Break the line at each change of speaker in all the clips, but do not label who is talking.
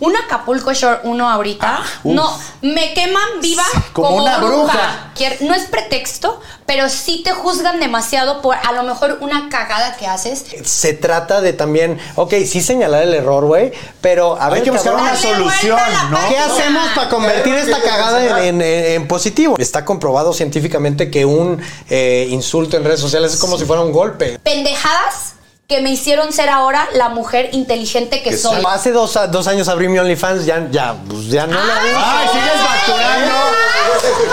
Un Acapulco Shore uno ahorita.
uf.
no, me queman viva
Como
como,
una bruja.
Quier- No es pretexto, pero sí te juzgan demasiado por a lo mejor una cagada que haces.
Se trata de también, ok, sí señalar el error, güey, pero a
Hay
ver,
que buscar
cabrón,
una
Dale
solución,
vuelta a la
¿no?
¿Qué
página.
hacemos para convertir esta cagada en, en- en positivo? Está comprobado científicamente que un eh, insulto en redes sociales es como si fuera un golpe.
Pendejadas que me hicieron ser ahora la mujer inteligente que,
Que
soy.
Hace dos, a- dos años abrí mi OnlyFans, ya, ya, pues ya no la veo.
¡Ay, sigues facturando!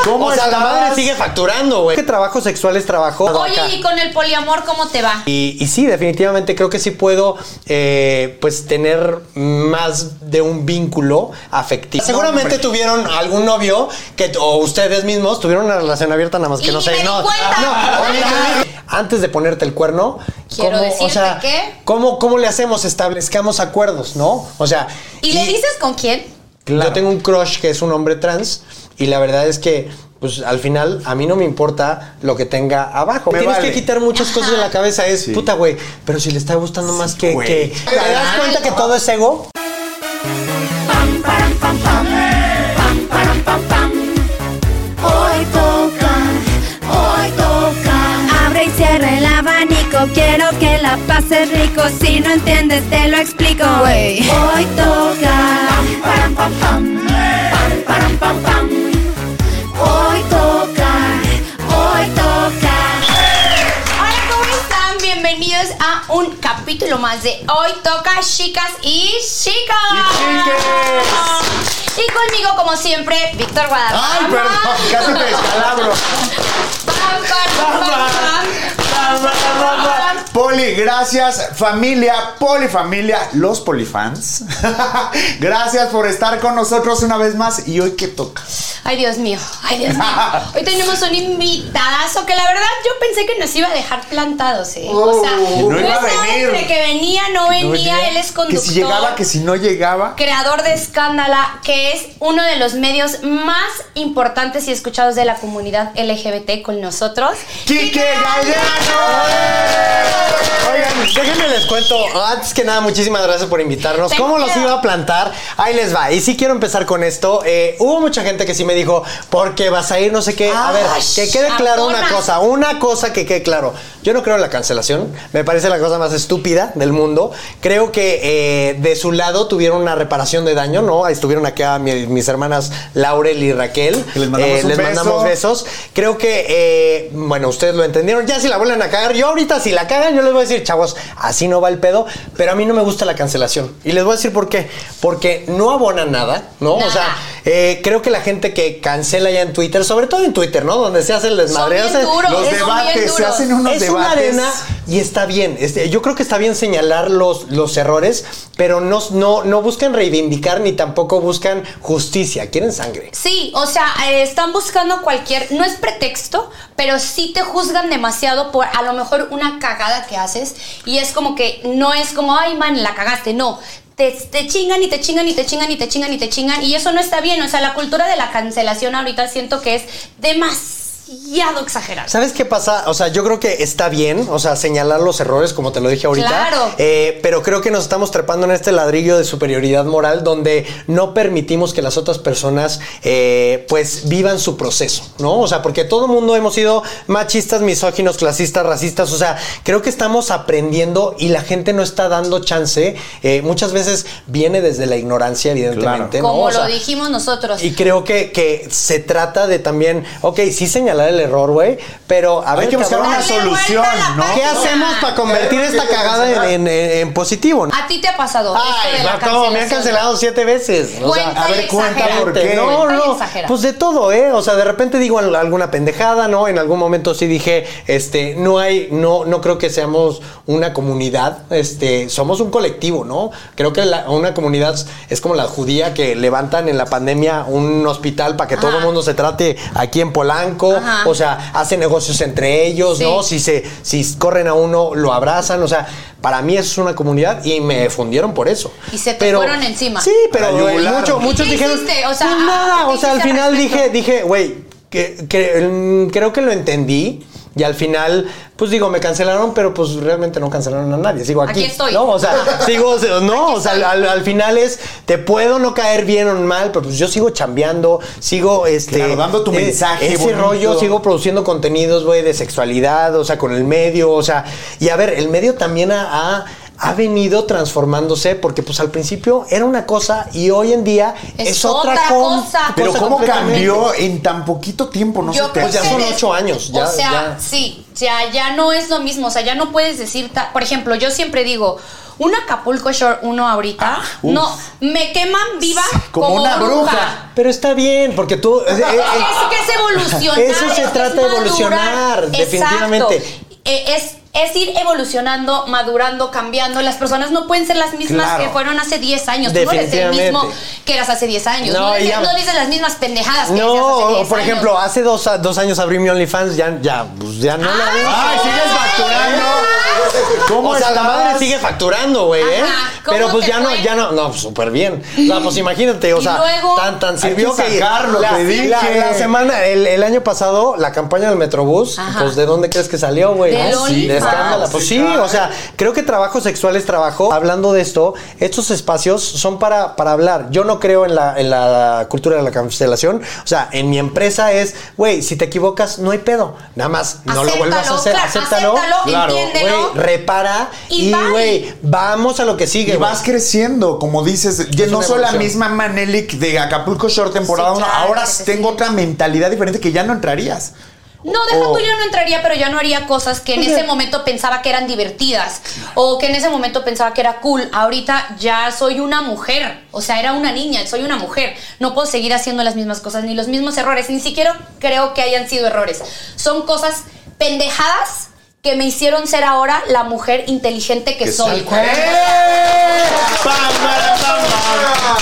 ¿Cómo
o sea, la
estás?
madre sigue facturando, güey. ¿Qué trabajo sexual es trabajo?
Oye,
acá?
¿y con el poliamor cómo te va?
Y, y sí, definitivamente creo que sí puedo eh, pues tener más de un vínculo afectivo. Seguramente tuvieron algún novio que o ustedes mismos tuvieron una relación abierta nada más que
Y
no
ni
sé.
me di
no,
cuenta.
no, oye, antes de ponerte el cuerno,
Quiero decirte
o sea,
que-
¿cómo, ¿cómo le hacemos? Establezcamos acuerdos, ¿no? O sea,
¿Y le dices con quién?
yo tengo un crush que es un hombre trans y la verdad es que pues al final a mí no me importa lo que tenga abajo.
Me
Tienes
vale.
que quitar muchas cosas de la cabeza. Es
Sí.
puta, güey. Pero si le está gustando más que,
güey.
que- ¿Te das cuenta que todo es ego?
Hoy toca, hoy toca. Abre y cierra el abanico, quiero que la pases rico. Si no entiendes, te lo explico. Hoy toca. Hoy toca, hoy toca.
Hola, ¿cómo están? Bienvenidos a un capítulo más de Hoy Toca Chicas y Chicos. Y conmigo, como siempre, Víctor Guadalajara.
¡Ay, perdón! Casi te descalabro.
Pam, pam, pam, pam.
Poli, gracias familia, polifamilia, los polifans. gracias por estar con nosotros una vez más y hoy que toca.
Ay, Dios mío, ay, Dios mío. Hoy tenemos un invitadazo que la verdad yo pensé que nos iba a dejar plantados, ¿eh? o sea,
Oh, no iba a
estaba
venir.
entre que venía, no venía, él es
Que
conductor.
si llegaba, que si no llegaba.
creador de Escándala, que es uno de los medios más importantes y escuchados de la comunidad LGBT con nosotros.
¡Quique Gallano!
Oigan, déjenme les cuento. Antes que nada, muchísimas gracias por invitarnos.
Thank
¿Cómo los
you.
iba a plantar? Ahí les va. Y sí quiero empezar con esto. Eh, hubo mucha gente que sí me dijo, ¿por qué vas a ir? No sé qué. A ver,
Ay,
que quede claro una
Arjona.
cosa. Una cosa que quede claro. Yo no creo en la cancelación. Me parece la cosa más estúpida del mundo. Creo que eh, de su lado tuvieron una reparación de daño, ¿no? Ahí Estuvieron acá mi- mis hermanas Laurel y Raquel. Eh,
Que les mandamos un
les
beso.
mandamos besos. Creo que, eh, bueno, ustedes lo entendieron. Ya si la vuelven a cagar, yo ahorita si la cagan, yo les voy a decir, chavos, así no va el pedo. Pero a mí no me gusta la cancelación. Y les voy a decir por qué. Porque no abona nada, ¿no? O sea,
Nada.
eh, creo que la gente que cancela ya en Twitter, sobre todo en Twitter, ¿no? Donde se hace el desmadre.
bien
hace-
duros.
Los
Son bien
debates, se
duros.
hacen unos
es una
debates.
arena y está bien. Este, yo creo que está bien señalar los, los errores, pero no, no, no buscan reivindicar ni tampoco buscan justicia. Quieren sangre.
Sí, o sea, eh, están buscando cualquier, no es pretexto, pero sí te juzgan demasiado por a lo mejor una cagada que haces y es como que no es como, ay man, la cagaste, no. Te, te chingan y te chingan y te chingan y te chingan y te chingan y eso no está bien, o sea, la cultura de la cancelación ahorita siento que es demasiado demasiado exagerado.
¿Sabes qué pasa? O sea, yo creo que está bien, o sea, señalar los errores, como te lo dije ahorita.
Claro.
Eh, pero creo que nos estamos trepando en este ladrillo de superioridad moral donde no permitimos que las otras personas, eh, pues, vivan su proceso, ¿no? O sea, porque todo el mundo hemos sido machistas, misóginos, clasistas, racistas. O sea, creo que estamos aprendiendo y la gente no está dando chance. Eh, muchas veces viene desde la ignorancia, evidentemente. ¿no?
Como
O
lo
sea,
dijimos nosotros.
y creo que, que se trata de también, ok, sí señalar el error, güey, pero a
Hay
ver,
que buscar
cabrón,
una
Dale vuelta
solución,
a la
¿no?
¿qué
página.
hacemos para convertir esta cagada en, en- en positivo?
A ti te ha pasado. esto de
Ay,
la
Marco, me han
cancelación?
cancelado siete veces. O sea,
Cuenta
a
y
ver, cuenta
exagera.
por qué.
no,
Cuenta y
no,
exagera.
pues de todo, ¿eh? O sea, de repente digo al- alguna pendejada, ¿no? En algún momento sí dije, este, no hay, no, no creo que seamos una comunidad, este, somos un colectivo, ¿no? Creo que la- una comunidad es como la judía que levantan en la pandemia un hospital para que todo el mundo se trate aquí en Polanco,
Ajá.
o sea, hacen negocios entre ellos,
Sí.
¿no? Si se, si corren a uno, lo abrazan, o sea, para mí eso es una comunidad y me fundieron por eso.
Y se te fueron encima.
Sí, pero
La yugular.
mucho-
¿Y
muchos
qué
dijeron,
hiciste? O sea,
"Pues
ah,
nada,
¿qué
o sea, al
hiciste al
final
respecto?
dije, dije, güey, que, que, mm, creo que lo entendí. Y al final, pues digo, me cancelaron, pero pues realmente no cancelaron a nadie. Sigo aquí.
Aquí estoy.
No, o sea, sigo, o sea, no,
Aquí
o sea,
estoy.
al, al final es, te puedo no caer bien o mal, pero pues yo sigo chambeando, sigo, este.
Claro, dando tu
eh,
mensaje
Ese
bonito.
rollo, sigo produciendo contenidos, güey, de sexualidad, o sea, con el medio, o sea. Y a ver, el medio también ha. ha ha venido transformándose porque pues al principio era una cosa y hoy en día es,
Es
otra,
otra
com-
cosa.
Pero
cosa
cómo
completamente.
cambió en tan poquito tiempo, no
Yo
sé. te
Pues ya
creo
hace.
son
que eres-
ocho años, ya-
o sea,
ya.
sí, ya, ya no es lo mismo. O sea, ya no puedes decir. ta- Por ejemplo, yo siempre digo. Un Acapulco Shore uno ahorita,
Ah,
uf.
no, me queman viva
Como
como,
una bruja.
Pero está bien porque tú... eh, eh, eh,
es que es evolucionar.
Eso se
es
trata de
madurar.
evolucionar,
Exacto.
definitivamente.
Eh, Es, es ir evolucionando, madurando, cambiando. Las personas no pueden ser las mismas
Claro.
que fueron hace 10 años. Tú no eres el
Definitivamente.
mismo que eras hace 10 años.
No,
No, dices,
ya-
no dices las mismas pendejadas que
eh, No,
decías hace 10
o por
años.
ejemplo, hace dos, a- dos años abrí mi OnlyFans, ya, ya, pues ya no la veo.
Ah,
¡Ay, sigues facturando! ¿Cómo
o sea, la
estabas?
madre sigue facturando, güey, ¿eh?
Ajá, ¿cómo
Pero pues
te
ya no,
fue?
ya no, no, súper bien. O sea, pues imagínate, o
Y
sea,
luego-
tan, tan
Hay
sirvió
que sacarlo,
la,
te dije.
la- la semana, el, el año pasado, la campaña del Metrobús,
Ajá.
pues ¿de dónde crees que salió, güey?
Del
Ah, sí,
OnlyFans.
De escándala. Pues sí, o sea, creo que trabajo sexual es trabajo. Hablando de esto, estos espacios son para, para hablar. Yo no creo en la, en la cultura de la cancelación. O sea, en mi empresa es, güey, si te equivocas, no hay pedo. Nada más, no lo vuelvas
Acéptalo,
a hacer.
claro,
acéptalo.
acéptalo, entiéndelo.
güey, repara
Y
y,
bye.
güey, vamos a lo que sigue.
Y
güey.
vas creciendo, como dices, ya
Es
no
una
soy la
evolución.
misma Manelik de Acapulco Short temporada
Sí,
1,
claro,
ahora
claro que
tengo
sí.
otra mentalidad diferente que ya no entrarías.
No, deja
O-
tú, yo no entraría, pero ya no haría cosas que en ese momento pensaba que eran divertidas o que en ese momento pensaba que era cool. Ahorita ya soy una mujer, o sea, era una niña, soy una mujer. No puedo seguir haciendo las mismas cosas ni los mismos errores, ni siquiera creo que hayan sido errores. Son cosas pendejadas que me hicieron ser ahora la mujer inteligente que, soy.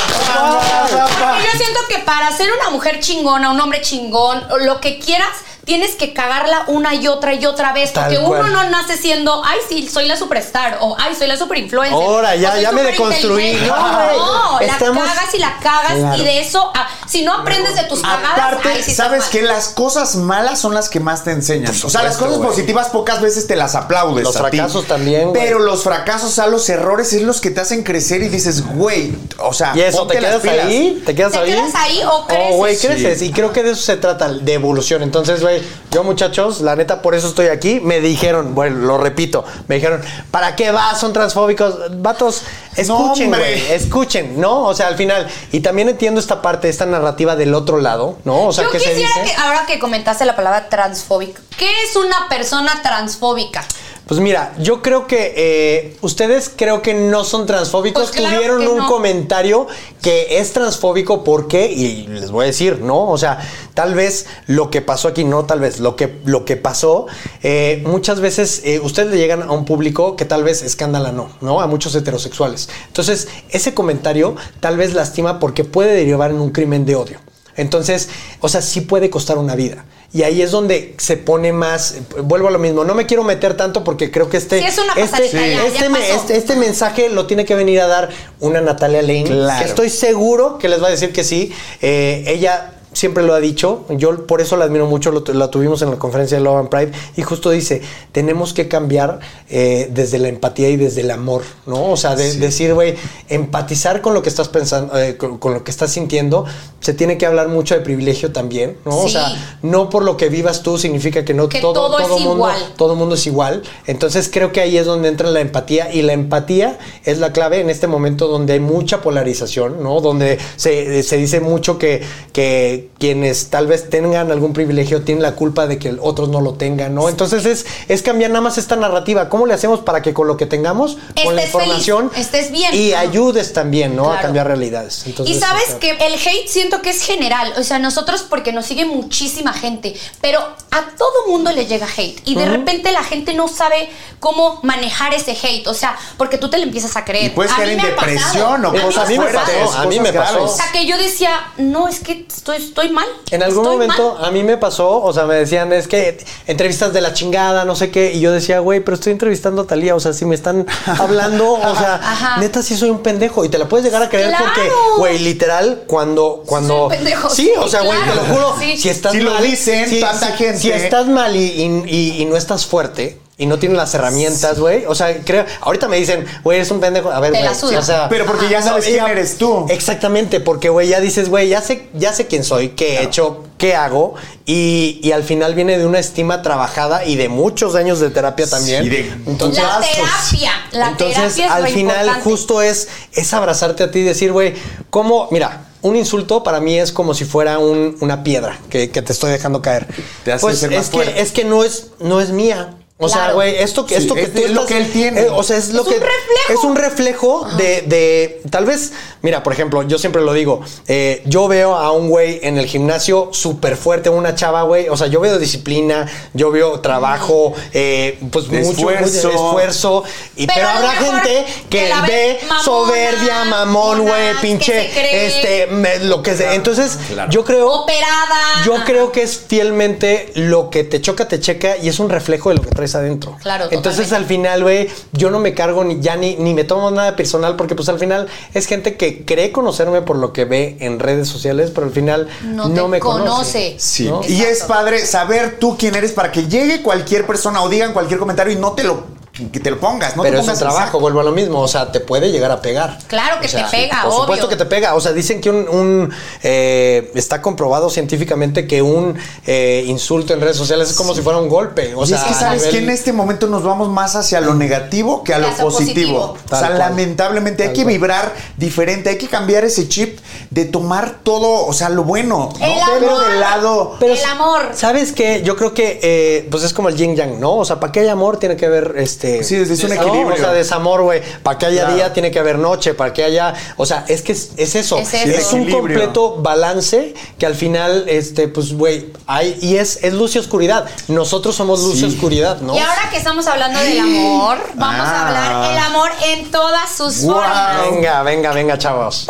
Porque yo siento que para ser una mujer chingona, un hombre chingón, o lo que quieras, tienes que cagarla una y otra y otra vez.
Tal
Porque uno
cual.
no nace siendo, ay, sí, soy la superstar o ay, soy la superinfluencer.
Ahora, ya-
o soy
ya me
superinteligente.
deconstruí. No,
No,
güey.
la
Estamos-
cagas y la cagas
Claro.
y de eso, ah, si no aprendes de tus cagadas,
Aparte,
ay, sí estás
sabes
mal.
que las cosas malas son las que más te enseñan.
Por
o sea, las
supuesto,
cosas
güey.
positivas pocas veces te las aplaudes.
Los
a ti.
fracasos también, güey.
Pero los fracasos, o sea, los errores es los que te hacen crecer y dices, güey, o sea,
Y eso, ¿te
ponte las
quedas
pilas.
ahí? ¿Te quedas
¿Te
ahí?
quedas ahí o creces?
Oh, güey,
Sí.
creces. Y creo que de eso se trata, de evolución. Entonces, güey, yo muchachos, la neta, por eso estoy aquí. Me dijeron, bueno, lo repito, me dijeron, ¿para qué vas? Son transfóbicos. Vatos, escuchen,
hombre.
güey, escuchen, ¿no? O sea, al final. Y también entiendo esta parte, esta narrativa del otro lado, ¿no? O sea,
Yo
que se
quisiera
dice.
que ahora que comentaste la palabra transfóbica, ¿qué es una persona transfóbica?
Pues mira, yo creo que eh, ustedes creo que no son transfóbicos.
Pues claro
Tuvieron
que
un
no.
comentario que es transfóbico porque, y les voy a decir, ¿no? O sea, tal vez lo que pasó aquí, no tal vez, lo que, lo que pasó, eh, muchas veces eh, ustedes le llegan a un público que tal vez escándala no, ¿no? A muchos heterosexuales. Entonces, ese comentario tal vez lastima porque puede derivar en un crimen de odio. Entonces, o sea, sí puede costar una vida. Y ahí es donde se pone más, eh, vuelvo a lo mismo, no me quiero meter tanto porque creo que este
Sí, es una
este,
pasadita, ya,
este,
ya
me-
pasó.
este- este mensaje lo tiene que venir a dar una Natalia Lane,
Claro.
que estoy seguro que les va a decir que sí. Eh, ella siempre lo ha dicho, yo por eso la admiro mucho, lo tu- la tuvimos en la conferencia de Love and Pride, y justo dice, tenemos que cambiar eh, desde la empatía y desde el amor, ¿no? O sea, de- decir, güey, empatizar con lo que estás pensando, eh, con, con lo que estás sintiendo, se tiene que hablar mucho de privilegio también, ¿no? O
Sí.
sea, no por lo que vivas tú significa que no
Que
todo,
todo es
mundo,
igual.
todo mundo es igual. Entonces creo que ahí es donde entra la empatía y la empatía es la clave en este momento donde hay mucha polarización, ¿no? Donde se, se dice mucho que, que quienes tal vez tengan algún privilegio tienen la culpa de que otros no lo tengan, ¿no? Entonces es, es cambiar nada más esta narrativa. ¿Cómo le hacemos para que con lo que tengamos, con la
Estés feliz,
información,
estés bien,
y
¿no?
ayudes también, ¿no? A
Claro.
cambiar realidades. Entonces,
y sabes
claro.
que el hate siento que es general. O sea, nosotros porque nos sigue muchísima gente, pero a todo mundo le llega hate. Y de repente la gente no sabe cómo manejar ese hate. O sea, porque tú te lo empiezas a creer.
Y puedes
Eh, A
caer
mí
en
me ha pasado.
depresión
A
o
mí me ha
cosas
mí me
fuertes.
pasado.
pasó, Pues a mí me
cosas
pasó.
graves.
O sea, que yo decía, no, es que estoy, estoy mal.
En algún
Estoy
momento
mal.
a mí me pasó, o sea, me decían, es que entrevistas de la chingada, no sé qué, y yo decía, güey, pero estoy entrevistando a Talía, o sea, si me están hablando, o sea,
Ajá.
neta sí soy un pendejo, y te la puedes llegar a creer
¡Claro!
porque, güey, literal, cuando, cuando...
Soy un pendejo,
sí, o
sí,
sea, güey,
claro,
te lo juro,
sí.
si estás
Si lo
mal...
dicen tanta gente.
Si estás mal y, y- y- y no estás fuerte... Y no tienes las herramientas, güey. O sea, creo. Ahorita me dicen, güey, eres un pendejo. A ver,
Te la
güey. sí,
suda.
o sea,
Pero porque ya sabes
no,
quién
ya-
eres tú.
Exactamente, porque güey, ya dices, güey, ya sé, ya sé quién soy, qué he hecho, qué hago, y, y al final viene de una estima trabajada y de muchos años de terapia también.
y de-
Entonces,
La
pues,
terapia, la
entonces,
terapia es
al
lo
final,
importante.
justo es, es abrazarte a ti y decir, güey, ¿cómo? Mira, un insulto para mí es como si fuera un- una piedra que, que te estoy dejando caer.
Te hace
pues
ser más
es que,
fuerte.
es que no es, no es mía. O sea,
Claro.
güey, esto que
Sí,
esto que
es- es lo que él tiene.
eh, o sea, es lo
Es
que
un reflejo.
es un reflejo de, de- tal vez, mira, por ejemplo, yo siempre lo digo, eh, yo veo a un güey en el gimnasio súper fuerte, una chava, güey, o sea, yo veo disciplina, yo veo trabajo, eh, pues mucho mucho
Esfuerzo.
esfuerzo, y, pero,
Pero a lo
habrá
mejor
gente que,
que la
ve
ve mamona,
soberbia, mamón, güey,
mona, que
pinche,
se cree.
este, me- lo que sea. Entonces, yo creo
Operada.
yo creo que es fielmente lo que te choca, te checa y es un reflejo de lo que traes adentro.
Claro,
Entonces
totalmente.
al final, güey, yo no me cargo ni ya ni, ni me tomo nada personal porque pues al final es gente que cree conocerme por lo que ve en redes sociales, pero al final no,
No, te
me conoce.
conoce.
Sí.
¿no?
Y es padre saber tú quién eres para que llegue cualquier persona o digan cualquier comentario y no te lo que te lo pongas, no
pero
te
es un
pongas
trabajo, vuelvo a lo mismo, o sea, te puede llegar a pegar.
Claro que
O sea,
te pega,
Por
obvio.
supuesto que te pega, o sea, dicen que un, un, eh, está comprobado científicamente que un eh, insulto en redes sociales es como si fuera un golpe, o
y
sea,
es que
a
sabes que
nivel-
en este momento nos vamos más hacia lo negativo que a lo
Hacia
positivo.
positivo.
O sea,
Tal cual.
lamentablemente hay
Tal
que
cual.
vibrar diferente, hay que cambiar ese chip de tomar todo, o sea, lo bueno, no
El
verlo
amor.
de lado.
Pero
El
s-
amor.
¿Sabes qué? Yo creo que eh, pues es como el yin yang, ¿no? O sea, para que haya amor tiene que haber este.
Pues Sí, es- es un
¿no?
equilibrio.
O sea, desamor, güey. Para que haya
Claro.
día tiene que haber noche. Para que haya. O sea, es que es, es eso.
Es eso.
un
Equilibrio.
completo balance que al final, este, pues, güey, hay. Y es, es luz y oscuridad. Nosotros somos luz
Sí.
y oscuridad, ¿no?
Y ahora que estamos hablando del amor, vamos
Ah.
a hablar el amor en todas sus
Guau.
formas.
Venga, venga, venga, chavos.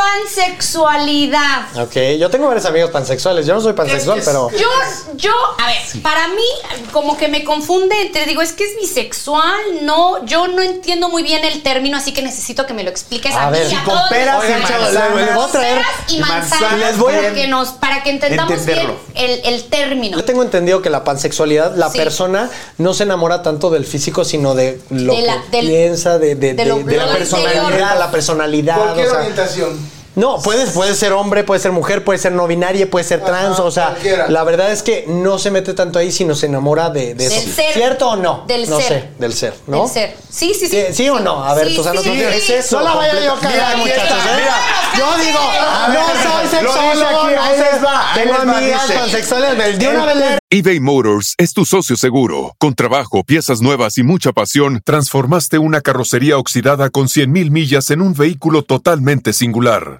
Pansexualidad.
Ok, yo tengo varios amigos pansexuales. Yo no soy Ah, pansexual, pero.
Yo, yo, a ver, para mí como que me confunde entre, digo, es que es bisexual, no, yo no entiendo muy bien el término, así que necesito que me lo expliques
A
a,
ver,
mí.
si
a todos
con peras
los
y
demás.
manzanas,
les voy a traer
Peras y manzanas,
manzanas, les voy a-
para, que nos, para que entendamos
entenderlo.
bien el, el término.
Yo tengo entendido que la pansexualidad, la
Sí.
persona no se enamora tanto del físico, sino de lo
De la-
que
del-
piensa, de,
de
de- de-
lo-
de la
lo
personalidad,
interior.
la personalidad.
Cualquier
o sea.
orientación.
no, puede, puede ser hombre, puede ser mujer, puede ser no binaria, puede ser trans,
Ajá,
o sea,
cualquiera.
la verdad es que no se mete tanto ahí, sino se enamora de, de eso.
ser.
¿Cierto o no?
Del
no
ser.
sé, del ser, ¿no?
Del ser. Sí, sí, sí.
¿Sí, sí o no? A ver,
Sí,
tú sabes
sí,
lo que
sí.
es
eso,
No la vaya yo a
completa- Mira,
cagar,
aquí
muchachos.
está,
¿eh?
mira.
Yo digo,
A ver,
no soy
lo dice
sexólogo.
aquí, ahí les va, ahí
Tengo
les va,
amigas
dice.
pansexuales. del- De una vez les
eBay Motors es tu socio seguro. Con trabajo, piezas nuevas y mucha pasión, transformaste una carrocería oxidada con 100.000 millas en un vehículo totalmente singular.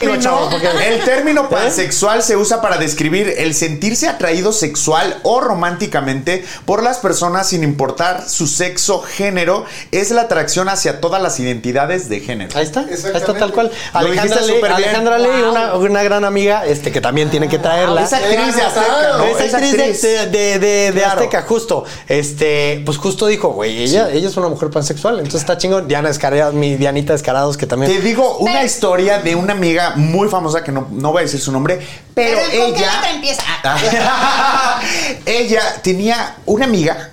Digo, chavo, porque-
El
¿Eh?
término pansexual se usa para describir el sentirse atraído sexual o románticamente por las personas sin importar su sexo, género, es la atracción hacia todas las identidades de género.
Ahí está, ahí está tal cual.
Lo
Alejandra
dijiste
Ley,
súper bien.
Alejandra Ley, una, una gran amiga, este que también tienen que traerla.
Es actriz de Azteca, ¿no?
Esa
Es
actriz de-
actriz.
de, de- de- de
Claro.
Azteca, justo. Este, pues justo dijo, güey, ella, ella es una mujer pansexual, entonces está chingón. Diana Escarados, mi Dianita Escarados, que también.
Te digo una historia de una amiga muy famosa que no, no voy a decir su nombre, pero,
Pero, ¿con qué
ella.
letra empieza? Ah,
ella tenía una amiga.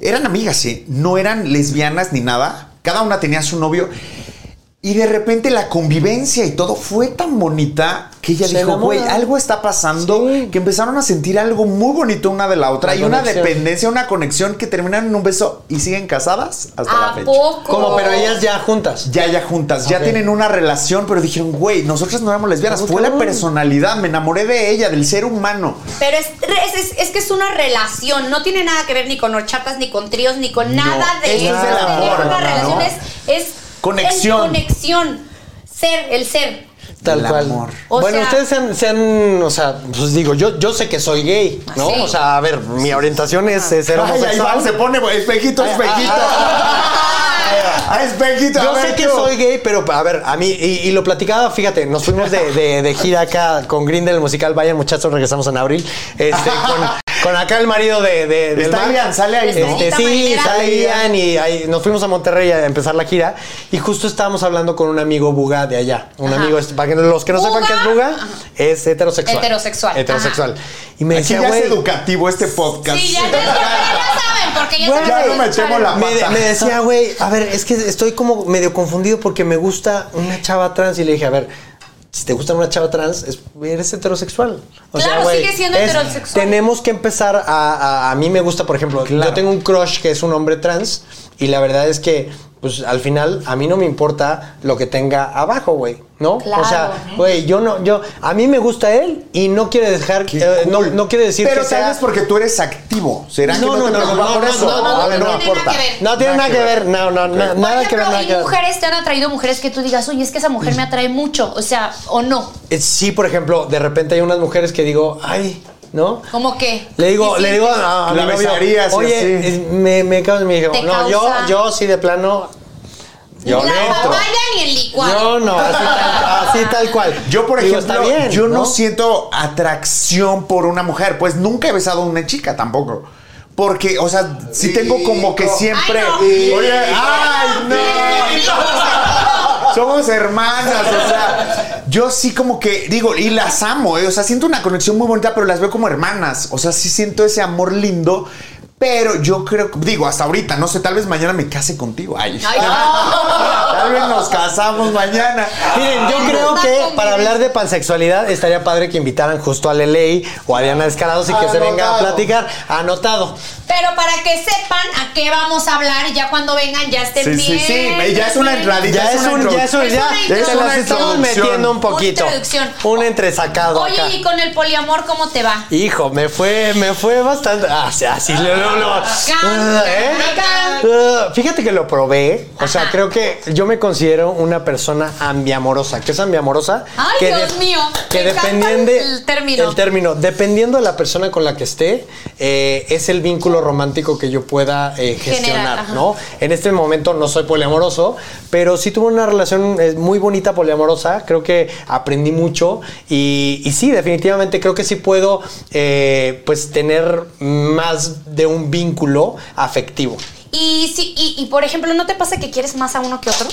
Eran amigas, sí. No eran lesbianas ni nada. Cada una tenía su novio. Y de repente la convivencia y todo fue tan bonita que ella
Se
dijo,
enamora.
güey, algo está pasando,
Sí.
que empezaron a sentir algo muy bonito una de la otra
La
y una
conexión.
dependencia, una conexión que terminaron en un beso y siguen casadas hasta la
¿A
fecha.
poco?
Como, pero ellas ya juntas.
Ya, ya juntas, ya
Ok.
tienen una relación, pero dijeron, güey, nosotras no éramos lesbianas,
Ah,
fue la
cabrón.
personalidad, me enamoré de ella, del ser humano.
Pero es, es- es- es que es una relación, no tiene nada que ver ni con horchatas, ni con tríos, ni con nada de
ese es
eso.
el amor,
una
hermana,
relación
¿no?
es, es
Conexión.
es conexión. Ser, el ser.
Tal
El
cual.
amor.
O
bueno,
sea-
ustedes se han, se han- o sea, pues digo, yo, yo sé que soy gay, ¿no?
Sí.
O sea, a ver, mi orientación es, es ser
Ay, ahí
homosexual.
va, se pone, güey, espejito, espejito. Ah, espejito, a
Yo
ver,
sé que
tú.
soy gay, pero a ver, a mí, y, y lo platicaba, fíjate, nos fuimos de, de- de gira acá con Grindel, el musical, vayan muchachos, regresamos en abril, este, con, con acá el marido de... de del
Está
Mac.
Ian, sale ahí, ¿no?
Este, sí,
Marinera.
sale Ian y ahí nos fuimos a Monterrey a empezar la gira y justo estábamos hablando con un amigo Buga de allá, un
Ajá.
amigo, este, para que los que no sepan
Buga.
qué es Buga,
Ajá.
es heterosexual.
Heterosexual,
Heterosexual. Y me
Aquí
decía,
ya es
güey,
educativo este podcast.
Sí, ya, ya, ya, ya saben, porque ya
Güey,
saben
ya
que
no me
es
echemos
para-
la
me,
pata.
me decía, güey, a ver, es que estoy como medio confundido porque me gusta una chava trans. Y le dije, a ver, si te gusta una chava trans, es- eres heterosexual. O
Claro,
güey,
sigue siendo
es-
heterosexual.
Tenemos que empezar a, a- a mí me gusta, por ejemplo, yo tengo un crush que es un hombre trans. Y la verdad es que, pues al final, a mí no me importa lo que tenga abajo, güey. ¿No? O sea,
Claro.
güey, yo no, yo, a mí me gusta él y no quiere dejar,
Qué
eh, no,
cool.
no quiere decir
Pero
que
tal
sea-
vez porque tú eres activo. ¿Será
No,
que no,
no,
te
no,
preocupa
no,
por
no,
eso?
no, no,
A ver,
Ah, no
no
tiene
nada
aporta.
que ver.
No
Nada
tiene nada que
que
ver, no, no, no,
Por
nada que ver,
ejemplo,
nada
¿y
que ver.
mujeres te han atraído mujeres que tú digas, oye, es que esa mujer me atrae mucho? O sea, o no.
Eh, Sí, por ejemplo, de repente hay unas mujeres que digo, ay, ¿no?
¿Cómo qué?
Le digo,
Sí,
le
sí.
digo a, a
La
mi novio,
besarías y
oye,
así".
es- me, me causa, me dijo,
Te
no, yo,
causa-
yo sí de plano, yo
la
le entro.
papaya ni el licuado.
Yo no, así tal, así tal cual.
Yo, por
Digo,
ejemplo,
está bien,
yo ¿no? siento atracción por una mujer. Pues nunca he besado a una chica tampoco. Porque, o sea, si tengo como que siempre.
Ay, no.
Oye, ¡ay, no! Somos hermanas, o sea. Yo sí como que, digo, y las amo, ¿eh? O sea, siento una conexión muy bonita, pero las veo como hermanas. O sea, sí siento ese amor lindo. Pero yo creo, digo, hasta ahorita, no sé, tal vez mañana me case contigo. Ay.
Ay, no.
Tal vez nos casamos mañana.
Miren, yo
Ah,
creo
está
que
conviviendo.
para hablar de pansexualidad estaría padre que invitaran justo a Leley o a Diana Descarados y que se venga a
Ah, Anotado.
platicar. Anotado.
Pero para que sepan a qué vamos a hablar, ya cuando vengan ya estén
Sí, sí,
bien.
sí, ya es una
entradita.
entradita.
Ya es un, ya es un,
introducción.
ya,
Es
te
una
las estamos
introducción.
metiendo un poquito.
Una introducción.
Un entresacado acá.
Oye, ¿y con el poliamor cómo te va?
Hijo, me fue, me fue bastante. Ah, sí, así lo, lo- lo-
Can,
¿Eh?
can,
Ah, fíjate que lo probé. O sea,
Ajá.
creo que yo me considero una persona ambiamorosa. ¿Qué es ambiamorosa?
Ay,
que
Dios mío,
Que
me encanta
dependiendo.
el término.
El término. Dependiendo de la persona con la que esté, eh, es el vínculo romántico que yo pueda eh,
Generar,
gestionar,
ajá.
¿no? En este momento no soy poliamoroso, pero sí tuve una relación eh, muy bonita poliamorosa. Creo que aprendí mucho y, y sí, definitivamente creo que sí puedo, eh, pues, tener más de un vínculo afectivo.
Y, sí, y, y por ejemplo, ¿no te pasa que quieres más a uno que otro?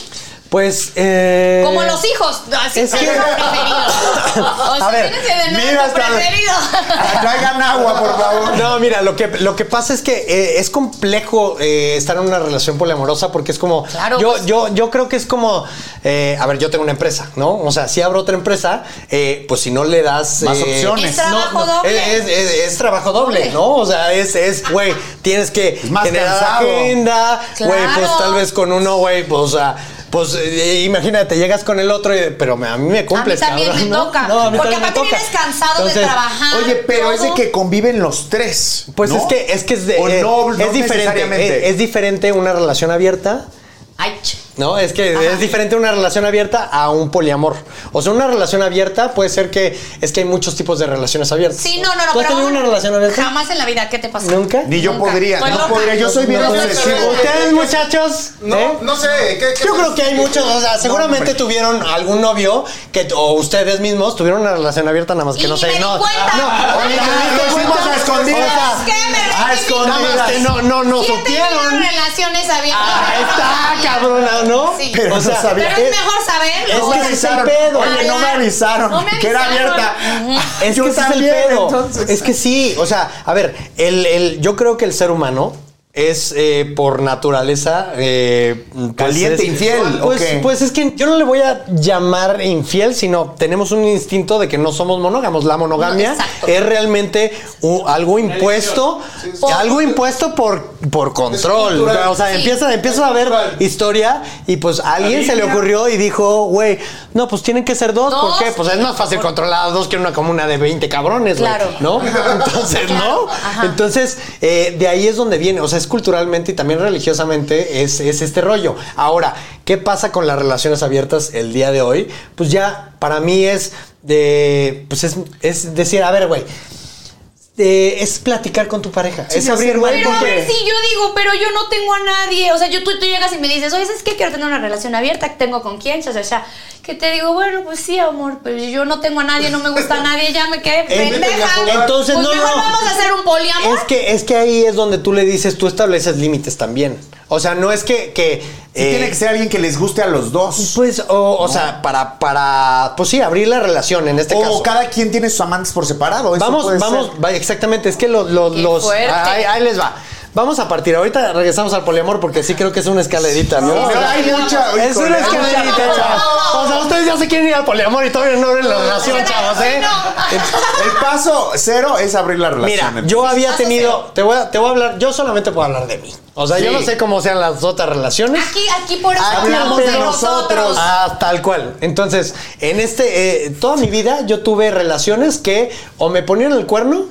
Pues. eh,
Como los hijos, así
es
es
que-
preferido. O sea,
A ver,
tienes que tener
mira
tu
hasta-
preferido.
Traigan agua, por favor.
No, mira, lo que, lo que pasa es que eh, es complejo eh, estar en una relación poliamorosa porque es como.
Claro,
Yo,
pues.
yo, yo creo que es como. eh, a ver, yo tengo una empresa, ¿no? O sea, si abro otra empresa, eh, pues si no le das.
Más
eh,
opciones.
Es trabajo doble.
Es, es- es trabajo doble, ¿no? O sea, es, es, güey, tienes que
más
tener
cansado.
agenda, güey, pues
Claro.
tal vez con uno, güey, pues, o sea, Pues eh, imagínate, llegas con el otro, y- pero me- a mí me cumples,
también
cabrón,
me
¿no?
toca.
No, a mí
Porque
también me
aparte
toca.
vienes cansado de
Entonces,
trabajar.
Oye, pero es de
todo.
que conviven los tres.
Pues
¿no?
es que es que es, de-
O
eh,
no, no
es diferente. eh,
necesariamente.
Es, es diferente una relación abierta.
Ay, ch-
No, es que
Ajá.
es diferente una relación abierta a un poliamor. O sea, una relación abierta puede ser que es que hay muchos tipos de relaciones abiertas.
Sí, no, no, no.
¿Tú has
pero
tenido una
ahora-
relación abierta?
Jamás en la vida, ¿qué te pasó?
¿Nunca?
Ni yo
Nunca.
podría,
Estoy
no
loca.
podría. Yo soy bien
No, no,
obsesivo.
no. ¿Ustedes, muchachos?
No,
¿Eh?
no sé. ¿qué, qué
Yo
pasa?
creo que hay muchos, o sea, seguramente
hombre.
tuvieron algún novio que o ustedes mismos tuvieron una relación abierta nada más que
Y
no
ni
sé,
me di
no.
cuenta.
No,
Oye,
no,
lo
no, no,
hicimos
no,
a escondidas.
o sea,
Es que me
a escondidas.
rectifico.
No, no, no
¿Quién tenía
supieron.
relaciones abiertas?
Ahí está, cabrona, ¿no?
Sí.
Pero no sabía.
Pero es mejor saber.
eh, Es
No
que
me
ese es el
avisaron.
pedo.
Oye, no me avisaron.
No me
Que era
avisaron.
abierta.
Ujú.
Es
Yo
que ese
también,
es el pedo.
entonces.
Es que sí, o sea, a ver, el, el- yo creo que el ser humano es eh, por naturaleza eh, pues
Caliente,
es-
infiel, ¿o
Pues,
qué?
pues es que yo no le voy a llamar infiel, sino tenemos un instinto de que no somos monógamos. La
No,
monogamia
exacto.
es realmente u- algo impuesto,
elección. Sí,
sí.
algo impuesto por, por control.
cultural.
O sea,
Sí.
empieza, empieza a ver
Cultural.
historia y pues a alguien se le
Biblia.
ocurrió y dijo, güey, no, pues tienen que ser dos. ¿Por
Dos.
qué? Pues es más fácil controlar a dos que una comuna de 20 cabrones, güey,
Claro.
¿No? Entonces, ¿no?
Claro, ajá.
Entonces, eh, de ahí es donde viene. O sea, es culturalmente y también religiosamente es, es este rollo. Ahora, ¿qué pasa con las relaciones abiertas el día de hoy? Pues ya, para mí es de. Pues es, es decir, a ver, güey. eh, es platicar con tu pareja. es
ya
abrir,
sé,
güey.
Pero a
porque-
ver si yo digo, pero yo no tengo a nadie. O sea, yo, tú, tú llegas y me dices, oye, ¿sabes qué? Quiero tener una relación abierta, ¿tengo con quién? O sea, ya, que te digo, bueno, pues sí, amor, pero yo no tengo a nadie, no me gusta a nadie, ya me quedé
Entonces,
pendeja.
entonces,
Pues
no,
mejor
no.
vamos a hacer un poliamor.
Es que, es que ahí es donde tú le dices, tú estableces límites también. O sea, no es que. que
Sí,
eh,
tiene que ser alguien que les guste a los dos.
Pues, o, o sea, para, para. Pues sí, abrir la relación en este
o
caso.
cada quien tiene sus amantes por separado. eso
Vamos,
puede
vamos,
ser.
va- exactamente. Es que los. los,
Qué
los- ah,
fuerte.
ahí, ahí les va. Vamos a partir. Ahorita regresamos al poliamor porque sí creo que es una escalerita, ¿no?
Sí,
O
sí,
sea,
hay mucha-
Es
híjole.
una escalerita, chavos. O sea, ustedes ya se quieren ir al poliamor y todavía no abren la relación,
Ay,
chavos, ¿eh?
no.
El paso cero es abrir la relación.
Mira, yo había tenido, te voy, a, te voy a hablar, yo solamente puedo hablar de mí. O sea, yo
Sí.
no sé cómo sean las otras relaciones.
Aquí, aquí por eso
Aquí
hablamos de
entre
nosotros.
Ah, tal cual. Entonces, en este, eh, toda mi vida yo tuve relaciones que o me ponían el cuerno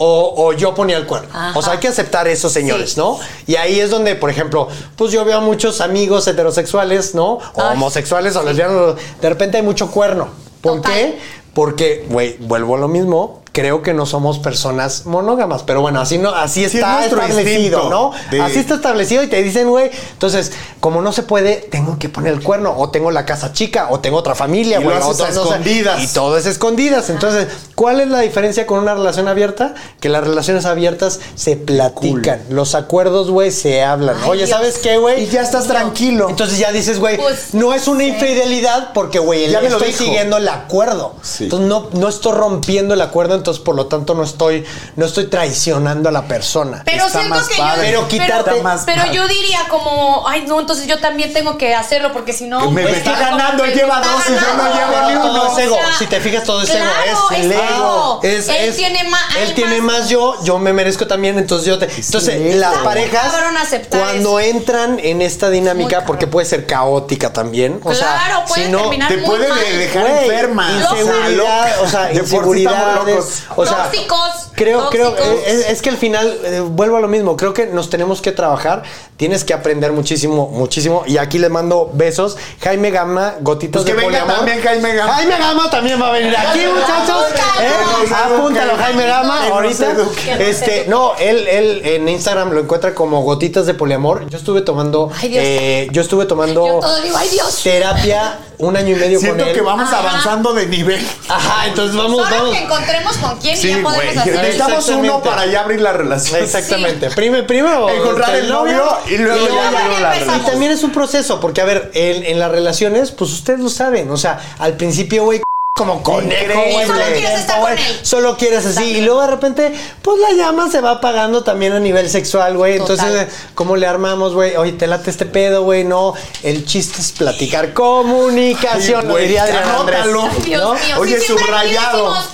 o, o yo ponía el cuerno.
Ajá.
O sea, hay que aceptar esos señores,
Sí.
¿no? Y ahí es donde, por ejemplo, pues yo veo a muchos amigos heterosexuales, ¿no? O
Ay.
homosexuales o lesbianos. De repente hay mucho cuerno. ¿Por
Total.
qué? Porque, güey, vuelvo a lo mismo. Creo que no somos personas monógamas, pero bueno, así no, así
Sí, es
está
nuestro
establecido,
instinto
¿no?
de-
Así está establecido y te dicen, güey, entonces, como no se puede, tengo que poner el cuerno, o tengo la casa chica, o tengo otra familia,
Y lo
güey,
haces
o
a
todo- o sea,
escondidas.
Y todo es escondidas. Entonces, ¿cuál es la diferencia con una relación abierta? Que las relaciones abiertas se platican, los acuerdos, güey, se hablan.
Ay,
Oye,
Dios.
¿sabes qué, güey?
Y ya estás tranquilo.
Entonces ya dices, güey,
Pues,
no es una
sí.
infidelidad porque, güey,
Ya me lo
estoy
dijo.
siguiendo el acuerdo.
Sí.
Entonces no, no estoy rompiendo el acuerdo, entonces por lo tanto no estoy, no estoy traicionando a la persona.
Pero
Está
siento
más
que
padre.
yo.
Pero quitarte-
Pero,
más
pero
padre.
yo diría como, ay, no, entonces yo también tengo que hacerlo porque si no.
Que me-
pues,
me está
como
ganando,
que
él lleva
me está
dos y yo no
ganando.
llevo ni uno.
Todo es ego.
O sea,
si te fijas, todo es ego.
claro,
Es el
es
ego.
ego.
Es-
Él
es-
tiene más-
Él
hay
tiene
más.
más yo, yo me merezco también, entonces yo te. Entonces,
sí.
las
Está muy
parejas,
cabrón aceptar
cuando entran en esta dinámica,
cabrón.
porque puede ser caótica también. O sea,
Claro, puede
si no,
terminar
Te
muy
puede
mal.
de- dejar
Güey,
enferma.
Inseguridad,
loca.
o sea,
De por sí estamos
inseguridades.
locos.
O sea,
Tóxicos,
Creo, creo,
tóxicos.
es, es que al final, eh, vuelvo a lo mismo, creo que nos tenemos que trabajar, tienes que aprender muchísimo, muchísimo, y aquí le mando besos. Jaime Gama, gotitas
Pues que
de
venga
poliamor.
también Jaime Gama.
Jaime Gama también va a venir aquí, muchachos.
Apúntalo.
¿Eh?
Que nos eduque.
Apúntalo, Jaime Gama,
Que nos
ahorita.
eduque.
Que nos
Este,
eduque.
no, él, él en Instagram lo encuentra como gotitas de poliamor. Yo estuve tomando,
Ay, Dios.
eh, yo estuve tomando
Yo todo digo, ay, Dios.
terapia un año y medio
Siento
con él.
que vamos
Ajá.
avanzando de nivel.
Ajá, entonces vamos,
Solo
vamos.
que encontremos con quién y
Sí,
ya podemos
güey,
hacer.
de Necesitamos uno
Exactamente.
para ya abrir la relación.
Exactamente. Prime- Primero
Encontrar
este,
el novio y luego
ya
la
luego la
relación. Y
relación.
también es un proceso, porque a ver, en, en las relaciones, pues ustedes lo saben. O sea, al principio, güey, como conejo,
Increíble.
güey,
Solo
le-
quieres estar
güey,
con él.
Solo quieres así. Y luego de repente, pues la llama se va apagando también a nivel sexual, güey.
Total.
Entonces, ¿cómo le armamos, güey? Oye, te late este pedo, güey. No, el chiste es platicar. Comunicación,
Ay,
lo
güey,
diría Adrián Andrés.
anótalo.
Ay, Dios
¿no?
mío.
Oye,
sí, siempre aquí
subrayado.
decimos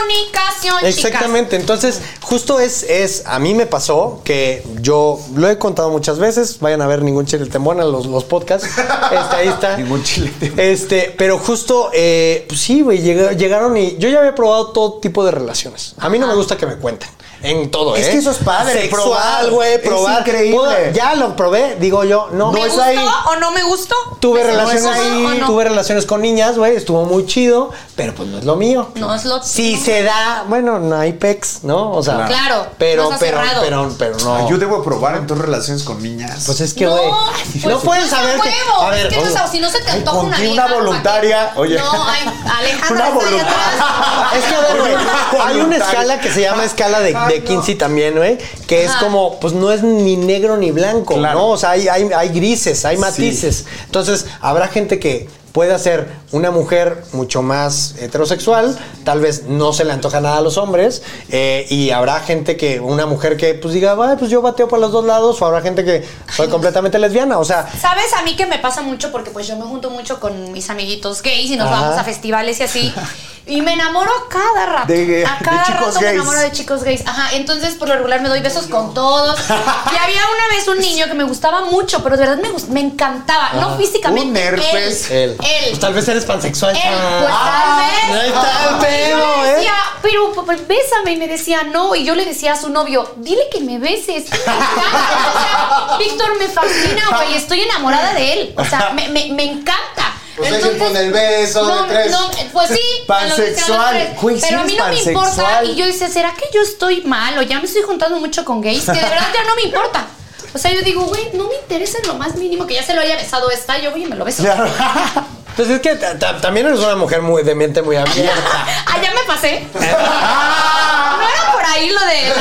comunicación, chicas.
Exactamente, entonces justo es, es, a mí me pasó que yo lo he contado muchas veces, vayan a ver ningún chile temón a los, los podcasts, Este, ahí está.
Ningún chile temón.
Este, pero justo, eh, pues sí, güey, llega- llegaron y yo ya había probado todo tipo de relaciones. A mí no me gusta que me cuenten. En todo,
Es
¿eh?
que eso es padre, probar.
Sexual, güey,
Es
probar.
increíble.
Puedo- ya lo probé, digo yo, no.
¿Me
no
gustó o Pues, no me gustó?
Tuve
¿Me
relaciones,
gustó o no?
tuve relaciones con niñas, güey, estuvo muy chido, pero pues no es lo mío.
No es lo
Si
tuyo.
se da, bueno, no hay pecs, ¿no? O sea,
Claro,
pero,
no está
pero,
cerrado.
pero, pero no.
Ay, Yo debo probar en tus relaciones con niñas.
Pues es que,
No,
güey,
pues
no puedes
es a
saber que,
huevo,
a ver,
es que no
oye,
sabes, si no se te
Ay,
antoja
con
una
que una
vieja,
voluntaria,
¿para qué?
oye.
No, ay, Alejandra,
Una
estoy atrás.
voluntaria.
es que, a
Oye,
ver, güey, hay una
voluntario.
escala que se llama escala de,
Ay,
de
no.
15 también, güey, que es
Ajá.
como, pues no es ni negro ni blanco,
Claro.
¿no? O sea, hay, hay, hay grises, hay matices. Entonces, habrá gente que pueda ser una mujer mucho más heterosexual, tal vez no se le antoja nada a los hombres, eh, y habrá gente que, una mujer que pues diga, "Ay, pues yo bateo por los dos lados, o habrá gente que soy completamente lesbiana, o sea,
¿Sabes a mí que me pasa mucho? Porque pues yo me junto mucho con mis amiguitos gays y nos
Ajá.
vamos a festivales y así. Y me enamoro a cada rato.
De-
a
de
cada
chicos
rato
gays.
me enamoro de chicos gays. Ajá, entonces por lo regular me doy besos con todos. Y había una vez un niño que me gustaba mucho, pero de verdad me, gust- me encantaba. No físicamente.
Ah, Un herpes.
Él.
él,
Él.
Pues, tal vez eres pansexual.
Él,
chava.
pues
Ah,
tal vez.
ahí está el
Y yo
pedo,
le
¿eh?
decía, pero papá, bésame. Y me decía, no. Y yo le decía a su novio, dile que me beses. Me encanta. O sea, Víctor me fascina, güey. Estoy enamorada de él. O sea, me, me- me encanta.
Pues ellos con el beso de tres.
no, pues sí, a los- a los
Pansexual.
tres.
Güey, sí
pero a
eres
mí no me importa.
pansexual.
Y yo decía, ¿será que yo estoy mal? O ya me estoy juntando mucho con gays, que de verdad ya no me importa. O sea, yo digo, güey, no me interesa en lo más mínimo que ya se lo haya besado esta. Yo voy y me lo beso.
Claro.
Pues es que ta- ta- también eres una mujer muy de mente muy abierta.
Allá Ah, me pasé. No era por ahí lo de.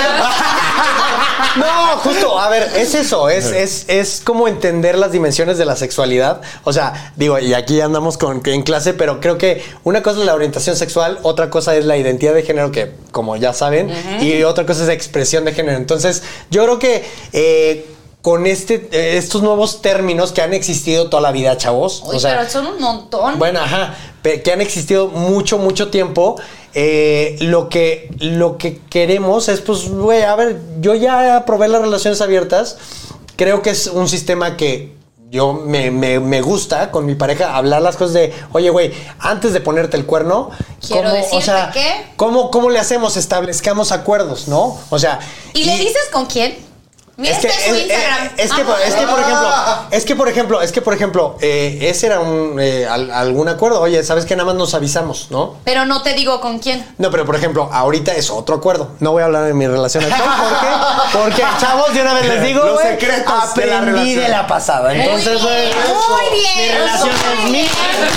No, justo, a ver, es eso, es, es, es como entender las dimensiones de la sexualidad. O sea, digo, y aquí andamos con, en clase, pero creo que una cosa es la orientación sexual, otra cosa es la identidad de género, que como ya saben, y otra cosa es la expresión de género. Entonces, yo creo que eh, con este, eh, estos nuevos términos que han existido toda la vida, chavos.
Uy,
o sea,
pero son un montón.
Bueno, ajá, pe- que han existido mucho, mucho tiempo. eh, lo, que, lo que queremos es, pues, güey, a ver, yo ya probé las relaciones abiertas. Creo que es un sistema que yo me, me- me gusta con mi pareja hablar las cosas de, oye, güey, antes de ponerte el cuerno,
Quiero decirte que-
¿cómo, ¿cómo le hacemos? Establezcamos acuerdos, ¿no? O sea...
¿Y, le dices con quién? Mira,
Es que,
este es su
es- eh,
Instagram.
es- es que, por-
Ah.
es que, por ejemplo, es que, por ejemplo, es que, por ejemplo, eh, ese era un, eh, al- algún acuerdo. Oye, ¿sabes que Nada más nos avisamos, ¿no?
Pero no te digo con quién.
No, pero por ejemplo, ahorita es otro acuerdo. No voy a hablar de mi relación actual. ¿Por qué? Porque, chavos, de una vez les digo,
Los
güey,
secretos de la
aprendí de la,
relación.
pasada. Entonces,
muy
güey,
bien. Muy bien.
mi relación es
muy
mía.
bien.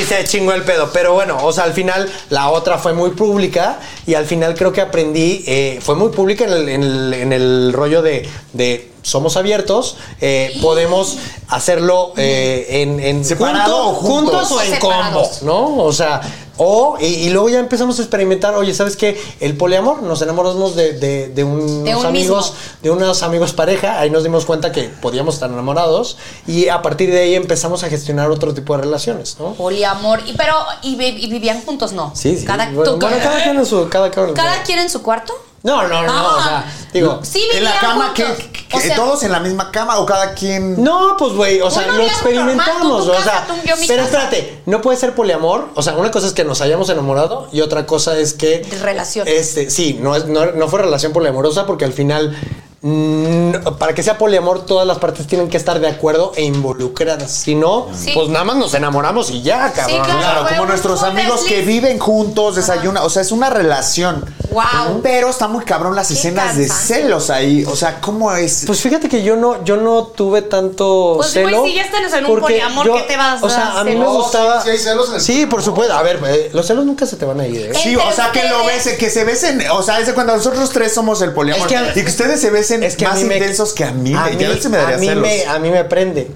Y se chingó el pedo. Pero bueno, o sea, al final la otra fue muy pública y al final creo que aprendí, eh, fue muy pública en el, en el- en el rollo de, de somos abiertos, eh, podemos hacerlo eh, en, en
Separado
junto-
o juntos.
juntos o en
Separados.
combo, ¿no? O sea, o, y, y luego ya empezamos a experimentar, oye, ¿sabes qué? El poliamor, nos enamoramos de, de, de unos
De un
amigos,
mismo.
de unos amigos pareja, ahí nos dimos cuenta que podíamos estar enamorados y a partir de ahí empezamos a gestionar otro tipo de relaciones, ¿no?
Poliamor. Y pero, y, vi- y vivían juntos, no. Cada,
bueno,
tú-
bueno, cada quien en su... Cada, quien-
¿Cada quien en su cuarto. Ah.
No, no, no, o sea, digo...
Sí,
en la
vivían
cama,
juntos.
¿qué- qué-
O sea,
¿Todos en la misma cama o cada quien?
No, pues güey, o sea,
Bueno,
lo
mira, es normal,
experimentamos,
tú en tu
o sea,
casa, tú, yo en mi
pero
casa.
espérate, no puede ser poliamor, o sea, una cosa es que nos hayamos enamorado y otra cosa es que
Relación.
Este, sí, no es no, no fue relación poliamorosa porque al final mm, para que sea poliamor todas las partes tienen que estar de acuerdo e involucradas, si no,
Sí.
pues nada más nos enamoramos y ya, cabrón.
claro.
Claro,
Fue
como
un-
nuestros
un
amigos que
desliz.
viven juntos, desayunan. O sea, es una relación.
Wow.
Pero está muy cabrón las
Qué
escenas de
cansancio.
celos ahí. O sea, ¿cómo es?
Pues fíjate que yo no, yo no tuve tanto
Pues, güey,
celo.
si ya estás en un
porque
poliamor, ¿qué te vas a
O sea, a mí me
celos?
gustaba.
Sí, sí hay celos en el-
Sí, por supuesto. A ver, eh, los celos nunca se te van a ir. ¿eh?
Sí, o
Entre
sea, que lo
ustedes.
besen, que se besen. O sea, es de cuando nosotros tres somos el poliamor.
Es que a-
y que ustedes se besen
Es que a
más
mí me-
intensos que a mí.
A
güey. ya
mí-
ves, se me daría
a mí
celos.
me- a mí me prende.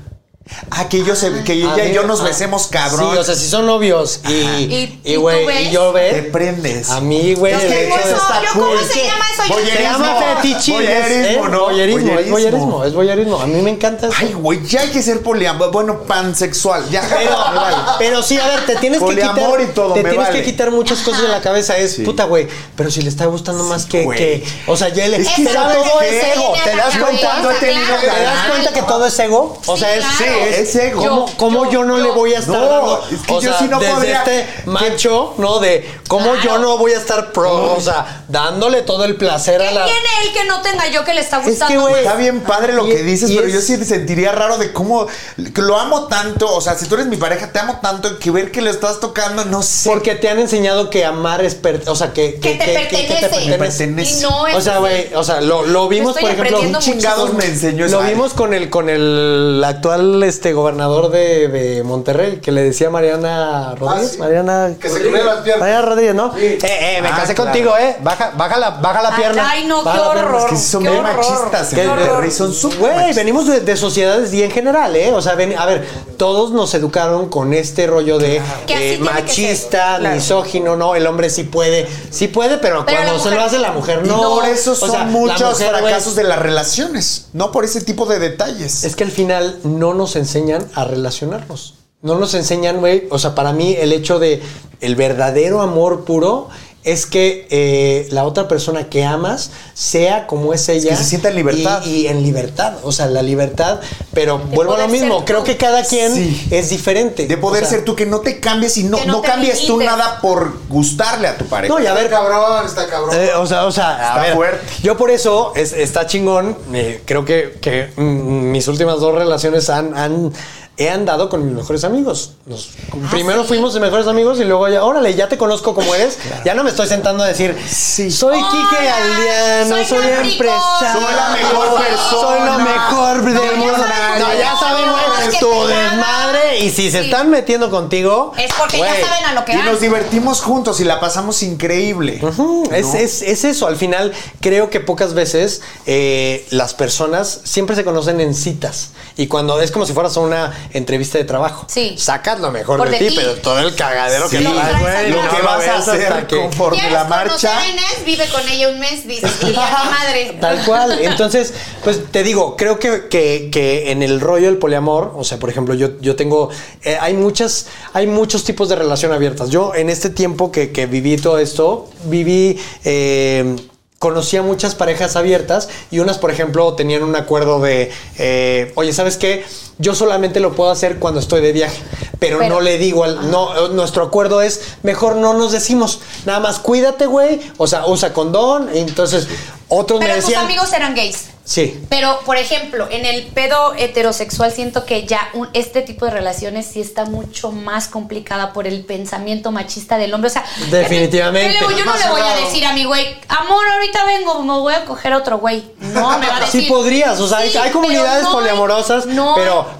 Ah, que yo se, que
A
ella
mí
y yo
me-
nos
ah,
besemos, cabrón.
Sí, o sea, si son novios y,
Y- y
y,
tú
güey,
ves.
y yo
te
ve.
prendes.
A mí, güey.
Es
el
que
hecho de-
eso está
yo,
cool.
¿cómo
Es
se
que
llama eso? Yo-
Se
voyerismo.
llama fetichismo.
Voyerismo, ¿no?
Voyerismo, es
Voyerismo.
voyerismo, es voyerismo. A mí me encanta eso.
Ay, güey, ya hay que ser poliamor. Bueno, pansexual. Ya.
Pero,
Me vale.
pero sí, a ver, te tienes que
Poliamor
quitar.
y todo,
te
me
tienes
vale.
que quitar muchas cosas de la cabeza. Es puta, güey. Pero si le está gustando más que,
güey.
que- O sea, ya le.
Es que
pero
¿sabes
todo
qué?
es ego.
Viene
¿Te
a la
das cuenta?
cabeza,
¿Te
claro.
das cuenta que todo es ego? O
Sí,
sea, es.
claro.
es ego.
¿Cómo,
Yo-
cómo yo,
yo-
no le
yo-
voy a estar
No,
dando-
es que yo sí no
desde
podría-
este macho, ¿no? De cómo yo
Claro.
no voy a estar pro, o sea, dándole todo el placer
¿Qué
a la.
tiene él que no tenga yo que le está gustando?
que, güey,
Está bien padre lo
Y-
que dices,
y
pero
es-
yo sí sentiría raro de cómo que lo amo tanto. O sea, si tú eres mi pareja, te amo tanto que ver que lo estás tocando, no sé.
Porque te han enseñado que amar es, per- o sea, que,
Que te pertenece.
Me pertenece.
Y no es
o sea, güey, o sea, lo, lo vimos,
estoy
por ejemplo,
aprendiendo
¿quién chingados me enseñó esa
Lo
madre?
vimos con el con el actual este gobernador de, de Monterrey que le decía Mariana Rodríguez,
sí.
Mariana
Que se comía las piernas.
Mariana Rodríguez, ¿no?
Sí.
Eh, eh, me
Ah,
casé
claro.
contigo, eh. Baja baja la baja la
Ay,
pierna.
ay, no,
Baja
qué
la pierna.
horror.
Es que son
Qué
bien
horror.
machistas
Qué
en Monterrey,
horror.
son súper
Güey,
machistas.
venimos de, de sociedades bien general, ¿eh? O sea, ven, a ver, todos nos educaron con este rollo de
Que así
eh,
tiene que
machista,
ser, claro.
misógino, ¿no? El hombre sí puede, sí puede, pero,
Pero
cuando
la
se
mujer-
lo hace la mujer
Y
no.
por eso
O
son
sea, la
muchos
mujer, güey,
fracasos de las relaciones, no por ese tipo de detalles.
Es que al final no nos enseñan a relacionarnos. No nos enseñan, güey. O sea, para mí el hecho de el verdadero amor puro es que eh, la otra persona que amas sea como es ella.
que se sienta en libertad.
Y, y en libertad. O sea, la libertad. Pero vuelvo a lo
poder ser
mismo.
tú.
Creo que cada quien
Sí.
es diferente.
de poder
O sea,
ser tú, que no te cambies y no,
Que
no,
no te
cambies tú
limites.
nada por gustarle a tu pareja.
No, y a ver,
cabrón, está cabrón.
Eh, o sea, o sea, a
Está
ver,
fuerte.
Yo por eso es- está chingón. eh, creo que, que, mm, mis últimas dos relaciones han, han- he andado con mis mejores amigos. Nos-
Ah,
primero fuimos de mejores amigos y luego ya, órale, ya te conozco como eres. Ya no me estoy sentando a decir, soy
Hola,
Quique Aldeano, soy,
soy tan rico,
empresario,
soy la mejor
soy lo
persona".
mejor
No,
del
ya
mundo.
saben,
No, ya
no,
saben,
es
güey,
que
tu
te
desmadre.
aman.
Y si se
Sí.
están metiendo contigo,
Es porque
güey,
ya saben a lo que
Y
van.
nos divertimos juntos y la pasamos increíble.
Ujú, Es,
¿no?
es- es eso, al final creo que pocas veces eh, las personas siempre se conocen en citas y cuando es como si fueras a una entrevista de trabajo.
Sí.
Sacas lo mejor
Por
de,
de
ti,
ti.
pero todo el cagadero que
Sí,
le das, güey,
lo
no
que vas a
ves hasta
hacer
que-
conforme
¿Quieres
la
conocer
marcha.
a Inés? Vive con ella un mes, dice. Y a mi madre.
Tal cual. Entonces, pues te digo, creo que, que- que en el rollo del poliamor, o sea, por ejemplo, yo, yo tengo, eh, hay muchas, hay muchos tipos de relación abiertas. Yo en este tiempo que, que viví todo esto, viví... eh, Conocí a muchas parejas abiertas y unas, por ejemplo, tenían un acuerdo de, eh, oye, ¿sabes qué? Yo solamente lo puedo hacer cuando estoy de viaje, pero,
Pero-
no le digo al... No, eh, nuestro acuerdo es, mejor no nos decimos, nada más cuídate, güey, o sea, usa condón, entonces otros me
Pero tus
decían.
amigos eran gays.
Sí.
Pero, por ejemplo, en el pedo heterosexual siento que ya un- este tipo de relaciones sí está mucho más complicada por el pensamiento machista del hombre. O sea,
Definitivamente.
Yo, le voy- yo no
Más
le voy a
cerrado.
decir a mi güey, amor, ahorita vengo, me voy a coger otro güey. No, me va a decir.
Sí podrías, o sea, hay-
Sí,
hay comunidades
pero no,
poliamorosas, pero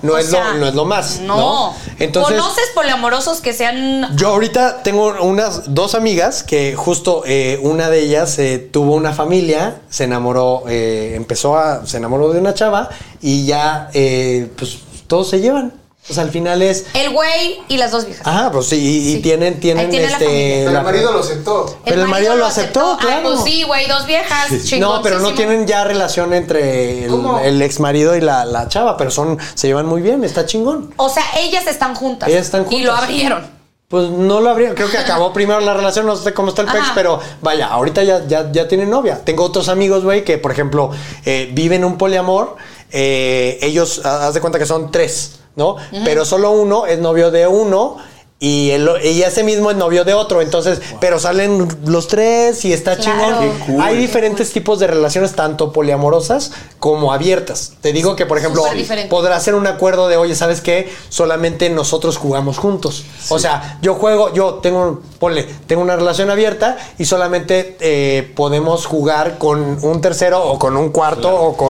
no
o
es lo- no es lo más,
No.
¿no? Entonces-
¿Conoces poliamorosos que sean
Yo ahorita tengo unas dos amigas que justo eh, una de ellas eh, tuvo una familia, se enamoró, eh, empezó a, se enamoró de una chava y ya, eh, pues todos se llevan. O sea, al final es,
el güey y las dos viejas?
ah, pues sí, y, y
Sí.
tienen, tienen,
Ahí tiene la
este,
Pero
la-
el marido lo aceptó.
pero el marido lo aceptó,
Ah, pues
claro.
sí, güey, dos viejas.
No, pero no
chingoncísimas.
tienen ya relación entre el,
¿Cómo?
ex marido y la, la chava, pero son, se llevan muy bien, está chingón.
O sea, ellas están juntas.
Ellas están
Y lo
juntas.
abrieron.
Pues no lo habría, creo que acabó primero la relación, no sé cómo está el pex,
Ajá.
pero vaya, ahorita ya, ya, ya tiene novia. Tengo otros amigos, güey, que por ejemplo eh, viven un poliamor, eh, ellos, ha- haz de cuenta que son tres, ¿no? Pero solo uno es novio de uno Y, el- y ese mismo es novio de otro, entonces, pero salen los tres y está
Claro.
chingón.
Qué cool.
Hay diferentes tipos de relaciones, tanto poliamorosas como abiertas. Te digo que, por ejemplo,
Súper diferente.
podrás hacer un acuerdo de, oye, ¿sabes qué? Solamente nosotros jugamos juntos. O sea, yo juego, yo tengo, ponle, tengo una relación abierta y solamente eh, podemos jugar con un tercero o con un cuarto o con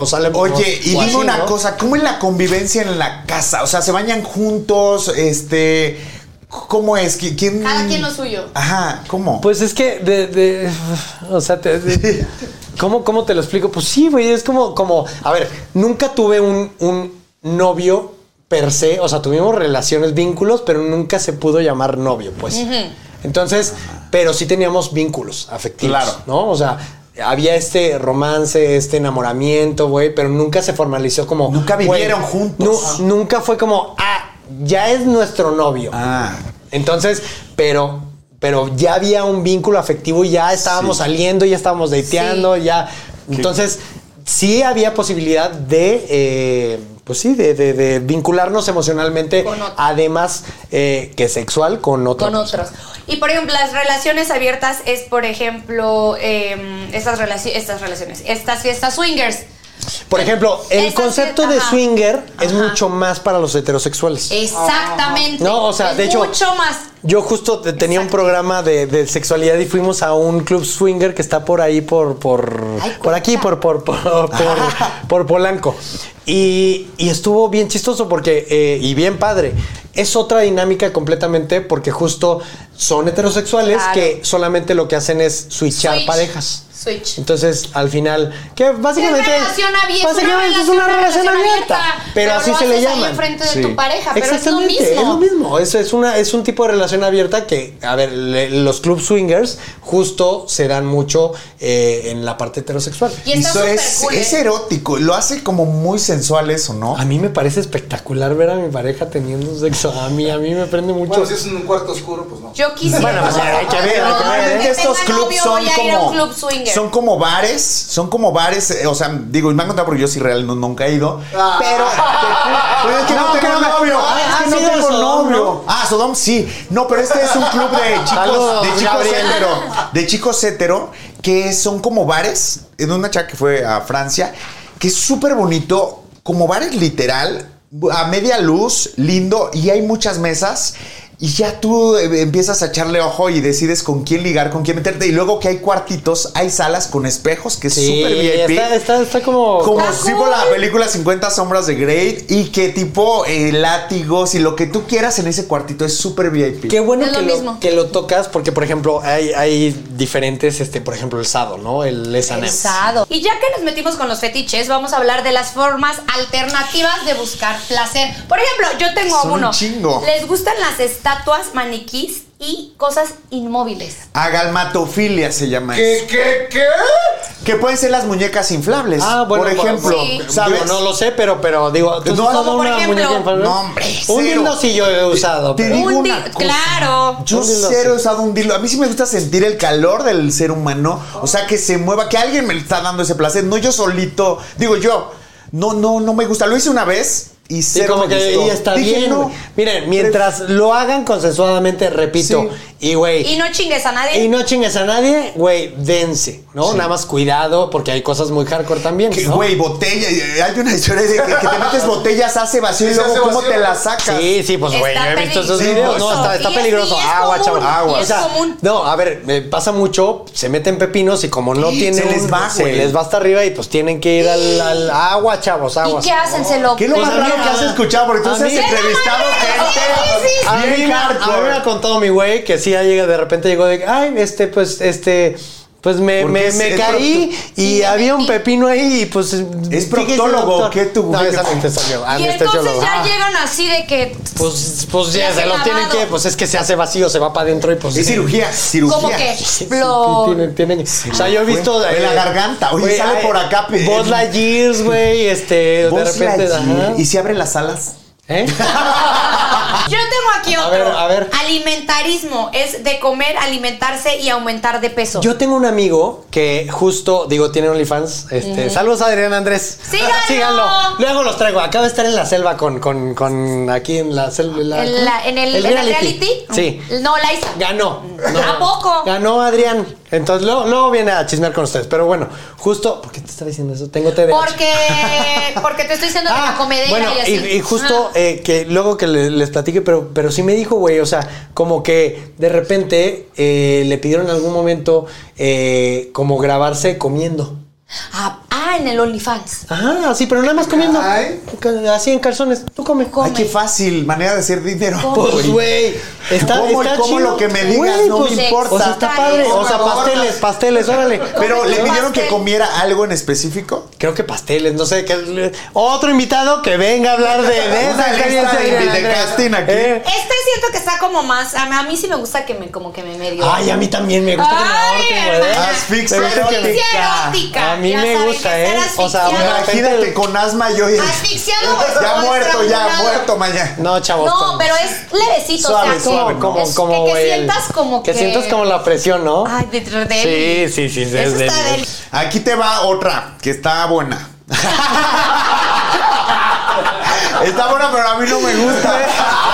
o salen-
Oye, y
o
dime
así,
una
¿no?
cosa, ¿cómo es la convivencia en la casa? O sea, ¿se bañan juntos? Este, ¿cómo es? ¿Qui- ¿Quién?
Cada quien lo suyo.
Ajá, ¿cómo?
Pues es que de, de- o sea, te- de- ¿cómo, cómo te lo explico? Pues sí, güey, es como, como, a ver, nunca tuve un, un novio per se, o sea, tuvimos relaciones, vínculos, pero nunca se pudo llamar novio, pues. Entonces, pero sí teníamos vínculos afectivos,
Claro.
¿no? O sea, había este romance, este enamoramiento, güey, pero nunca se formalizó como...
Nunca
güey,
vivieron juntos.
nu- nunca fue como, ah, ya es nuestro novio.
Ah.
Entonces, pero, pero ya había un vínculo afectivo, ya estábamos saliendo, ya estábamos dateando,
Sí.
ya. Entonces, sí había posibilidad de. eh, pues sí, de, de- de vincularnos emocionalmente,
Con otro.
además eh, que sexual, con otro.
con otros. Y por ejemplo, las relaciones abiertas es, por ejemplo, eh, estas, relaci- estas relaciones, estas fiestas swingers.
Por ejemplo, el
Esas
concepto
fiestas,
de
ajá.
swinger es
Ajá.
mucho más para los heterosexuales.
Exactamente.
No, o sea,
Es
de hecho-
Mucho más.
Yo justo te- tenía
Exacto.
un programa de, de sexualidad y fuimos a un club swinger que está por ahí, por por,
Ay,
por aquí, por por, por, por, por Polanco. Y, y estuvo bien chistoso porque, eh, y bien padre. Es otra dinámica completamente porque justo son heterosexuales
Claro.
que solamente lo que hacen es switchar
Switch.
parejas.
Switch.
Entonces, al final, que básicamente
Es relación abierta,
básicamente
una
es una
relación-
relación
una
abierta,
relación abierta,
pero,
pero
así
lo
se le
haces ahí
llama.
enfrente de tu pareja, pero es lo
Exactamente,
mismo.
Es lo mismo. Es, es una, es un tipo de relación abierta que, a ver, le- los club swingers justo se dan mucho eh, en la parte heterosexual.
Y está
Eso
súper
es,
cool.
es
¿eh?
erótico, lo hace como muy sensual eso, ¿no?
A mí me parece espectacular ver a mi pareja teniendo sexo. A mí, a mí me prende mucho.
Bueno, si es en un cuarto oscuro, pues no.
Yo quisiera.
Bueno, pues, hay que ver, hay que ver, ¿eh?
Normalmente
Aunque
estos
tenga
clubs
novio,
son
voy a ir a
como
un club swinger.
son como bares, son como bares, eh, o sea, digo, y me han contado porque yo sí real no- nunca he ido,
Ah.
pero pero es que no,
No,
tengo
que no me-
novio,
Ah,
es que
¿has
no
ido a
tengo
Sodom,
novio.
no?
Ah, Sodom sí. No, pero este es un club de chicos
Saludos,
de chicos
Gabriel.
hetero, de chicos hetero que son como bares en una chica que fue a Francia, que es súper bonito, como bares literal a media luz, lindo y hay muchas mesas. Y ya tú eh, empiezas a echarle ojo y decides con quién ligar, con quién meterte. Y luego que hay cuartitos, hay salas con espejos, que es
Sí,
súper VIP.
Está, está, está como.
Como
Está
tipo
cool.
la película 50 sombras de Grey y que tipo eh, látigos y lo que tú quieras en ese cuartito es súper VIP.
Qué bueno
Es lo
que, lo,
mismo.
que lo tocas, porque por ejemplo, hay, hay diferentes, este, por ejemplo, el sado, ¿no? El S&M.
Pesado. Y ya que nos metimos con los fetiches, vamos a hablar de las formas alternativas de buscar placer. Por ejemplo, yo tengo
Son un
uno.
chingo.
Les gustan las estatuas, maniquís y cosas inmóviles.
Agalmatofilia se llama
¿Qué,
eso.
qué, qué?
Que pueden ser las muñecas inflables.
Ah, bueno,
por ejemplo,
Sí.
digo,
¿sabes?
no lo sé, pero, pero digo, ¿tú has
No,
usado
como
por
una
ejemplo-
muñeca inflable?
No, hombre,
Un
cero.
dildo sí yo he usado.
Te
pero-
digo
Un
una
di-
cosa.
claro.
Yo
Un dildo,
cero he
sí.
usado un dildo. A mí sí me gusta sentir el calor del ser humano. O sea, que se mueva, que alguien me está dando ese placer. No yo solito. Digo yo, no, no, no me gusta. Lo hice una vez y
Sí,
cero
como
me
que
gustó.
y está
Dije,
bien.
no.
güey. Miren, mientras lo hagan consensuadamente, repito, Y, güey.
Y no chingues a nadie.
Y no chingues a nadie, güey, dense, ¿no? Nada más cuidado, porque hay cosas muy hardcore también.
Que,
¿no?
Güey, botella. eh, Hay una historia de que, que te metes botellas, hace vacío y
Sí, se
luego
hace
cómo
vacío.
te las sacas.
Sí, sí, pues güey, yo
Está
he visto esos
peligroso.
videos. No, está, está
Y es-
peligroso.
y es
Agua,
común,
chaval.
y
Agua.
es común.
No, a ver, eh, pasa mucho, se meten pepinos y como no
Sí,
tienen.
se les va,
Se
güey.
les va hasta arriba y pues tienen que ir al, al agua, chavos,
¿Y
agua.
qué hacen? Se lo...
¿Qué es lo
Pues
más
a mí
raro que has
nada.
escuchado? Porque tú
A
has
mí-
entrevistado
Sí, sí, sí.
A
gente.
mí,
Bien
me- a mí me ha
hardcore.
contado mi güey que sí ha llegado, de repente llegó de, ay, este, pues, este, pues me,
Porque
me,
es-
me
es
caí
pro-
y
Sí,
había un
metí.
pepino ahí y pues... fíjese,
proctólogo,
doctor.
¿qué tu
No,
güey?
exactamente, salió,
Y
anestesiólogo.
entonces ya
Ah.
llegan así de que...
Pues, pues ya
Ya
se
se
lo tienen
lavado.
que, pues es que se hace vacío, se va para adentro y pues.
Es
sí.
cirugía, cirugía.
Como que...
Sí,
Lo...
Tienen, tienen. O sea, yo he
Fue-
visto. eh,
fue la garganta. Oye, sale por acá, pe-
Vos la Gears, güey. Este, de
Vos
repente.
la-
ajá.
¿Y si abre las alas?
¿Eh?
Yo tengo aquí otro.
A ver, a ver.
Alimentarismo es de comer, alimentarse y aumentar de peso.
Yo tengo un amigo que justo, digo, tiene OnlyFans. Este, Saludos a Adrián Andrés.
¡Síganlo!
Luego los traigo. Acaba de estar en la selva con, con, con aquí en la selva. la-
en, la- en el, en el reality.
Sí.
No, la hizo.
Ganó. No.
¿A poco?
Ganó Adrián. Entonces luego, luego viene a chismear con ustedes. Pero bueno, justo. ¿Por qué te estaba diciendo eso? Tengo TDAH.
Porque, porque te estoy diciendo que la comedera
Ah, bueno,
y así.
y
Ah.
justo eh, que luego que le- les platique, pero, pero sí me dijo, güey, o sea, como que de repente eh, le pidieron en algún momento eh, como grabarse comiendo.
Ah, ah, en el OnlyFans.
Ajá, así, pero nada más comiendo.
Ay.
Así en calzones. Tú comes.
Come.
Ay, qué fácil, manera de hacer dinero.
Pues, güey, está,
Como-
está
como
chido.
lo que me digas,
Güey, pues,
no me importa.
O sea, está padre. O sea,
Come
pasteles,
gordas.
pasteles, órale.
Pero le
Come
pidieron que
pastel.
comiera algo en específico.
Creo que pasteles, no sé. Que, otro invitado que venga a hablar de, de
Una
esa Eh,
lista
experiencia.
de-
Adrián
de
Andrés.
casting aquí.
Este siento que está como más. A mí, a mí sí me gusta que me, como que me medio.
Ay, a mí también me gusta
Ay,
que me ahorquen, güey.
hermana.
Asfixia
Me gusta que me-
Asfixia erótica.
A mí
Ya
me
saben
gusta,
que
¿eh?
estar
O sea,
asfixiado.
una-
Imagínate con asma yo.
Asfixiado o
Ya
estrangulado.
muerto, ya muerto mañana.
No, chavos.
No,
como-
pero es levecito, o
suave,
sea,
suave,
como,
como,
es
como,
que, que
güey, el-
sientas como que.
que sientas como la presión, ¿no?
Ay, de, de,
Sí, sí, sí, sí,
Eso
es
está
del-
del-
Aquí te va otra que está buena. Está buena, pero a mí no me gusta.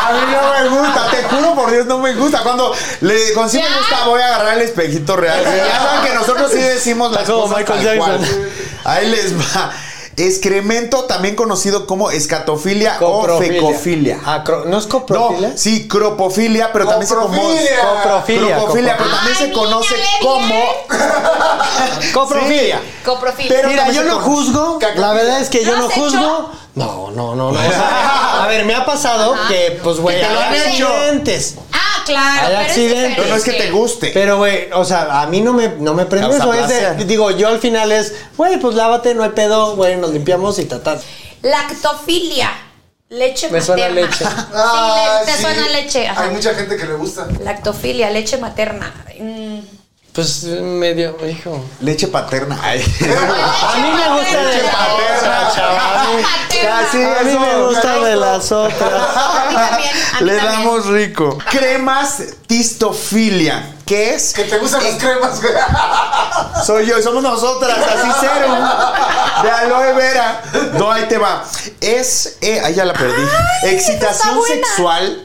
A mí no me gusta. Te juro por Dios, no me gusta. Cuando le consigo
Ya.
gusta, voy a agarrar el espejito real. Ya saben que nosotros sí decimos las
Está como
cosas
Michael
tal
Jackson.
cual. Ahí les va. Excremento, también conocido como escatofilia o
Coprofilia.
fecofilia.
Ah, cro- ¿No es
No,
coprofilia?
sí, cropofilia, pero también se conoce.
Coprofilia.
Coprofilia,
Cropofilia,
coprofilia.
pero también
Ay,
se conoce
niña, ve
como.
Coprofilia.
Sí.
Coprofilia.
Pero-
Mira, yo
también se
no
conoce.
juzgo. La verdad es que yo
¿Lo
no
has
juzgo.
hecho?
No, no, no, no. O sea, a ver, me ha pasado
Ajá.
que, pues, güey,
Que te lo
hay
han
hecho.
accidentes.
Ah, claro.
Hay
pero es
accidentes.
No, no es que te guste.
Pero, güey, o sea, a mí no me, no me prende
Causa
eso. es de-
placer.
digo, yo al final es, güey, pues lávate, no hay pedo, güey, nos limpiamos y tatás.
Lactofilia. Leche
Me suena
materna.
leche.
Sí,
Ah,
le- te
sí.
suena leche. ajá.
Hay mucha gente que le gusta.
Lactofilia, leche materna. Mm.
Pues medio, hijo.
Leche paterna. Ay.
A mí me gusta de
Leche
la
paterna.
otra, chaval.
Paterna.
Casi.
A mí me
Eso,
gusta
eso.
de las otras.
A mí también, a mí
Le
también.
damos rico. Cremas tistofilia. ¿Qué es? Eh,
Que te gustan las cremas, güey.
Soy yo, somos nosotras, así cero. De aloe vera. No, ahí te va. Es. Eh, ahí ya la perdí.
Ay, esa está
Excitación
buena.
sexual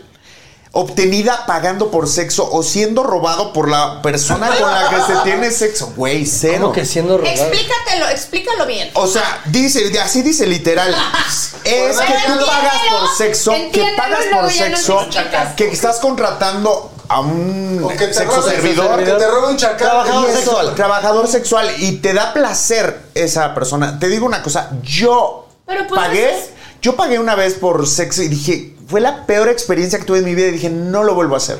obtenida pagando por sexo o siendo robado por la persona con la que se tiene sexo. Güey, cero.
Como que siendo rogado.
Explícatelo, explícalo bien.
O sea, dice, así dice literal. Es que tú
Entiéndelo,
pagas por sexo, que
entiéndelo
pagas
y luego
por
ya nos
sexo,
explicas.
que estás contratando a un
O que te
sexo
roben,
servidor.
Que te roben un chacal.
Trabajador
Y eso,
sexual.
Trabajador sexual. Y te da placer esa persona. Te digo una cosa, yo
Pero, pues,
pagué,
eso es-
yo pagué una vez por sexo y dije, fue la peor experiencia que tuve en mi vida y dije, no lo vuelvo a hacer.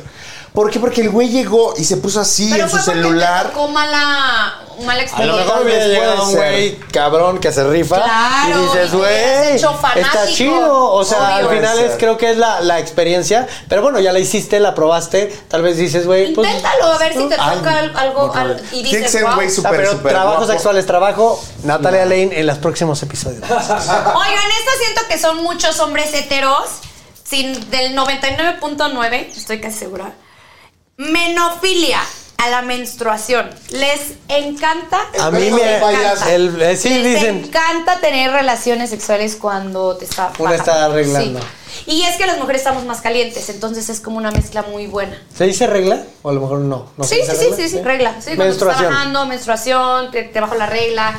¿Por qué? Porque el güey llegó y se puso así
Pero
en su
fue porque te
celular.
tocó mala, mala
A lo
experiencia.
mejor hubiera
Puede
llegado un
ser.
güey cabrón que se rifa
Claro,
y dices,
y te hubieras
güey,
hecho
está
fanático".
chido. O sea,
Obvio.
al final
Puede
es,
ser.
creo que es la, la experiencia. Pero bueno, ya la hiciste, la probaste. Tal vez dices, güey, pues.
Inténtalo a ver si te
Ay,
toca al- algo
por favor.
al- y
Tiene
dices,
que ser un
"Guau".
güey
Ah,
súper,
pero
súper
trabajo
guapo.
sexual es trabajo. Natalia Lane en los próximos episodios.
Oigan, esta siento que son muchos hombres heteros, sin, del 99.9, estoy casi segura. Menofilia. a la menstruación. Les encanta.
A
mí
les
me-
encanta.
el- eh, sí,
les
dicen.
encanta tener relaciones sexuales cuando te está.
Una está
bajando.
arreglando.
Sí. Y es que las mujeres estamos más calientes, entonces es como una mezcla muy buena.
¿Se dice regla? O a lo mejor no. no se
Sí, sí,
dice
sí, sí, sí, regla. Sí, cuando estás
Menstruación.
bajando, menstruación, te, te bajo la regla.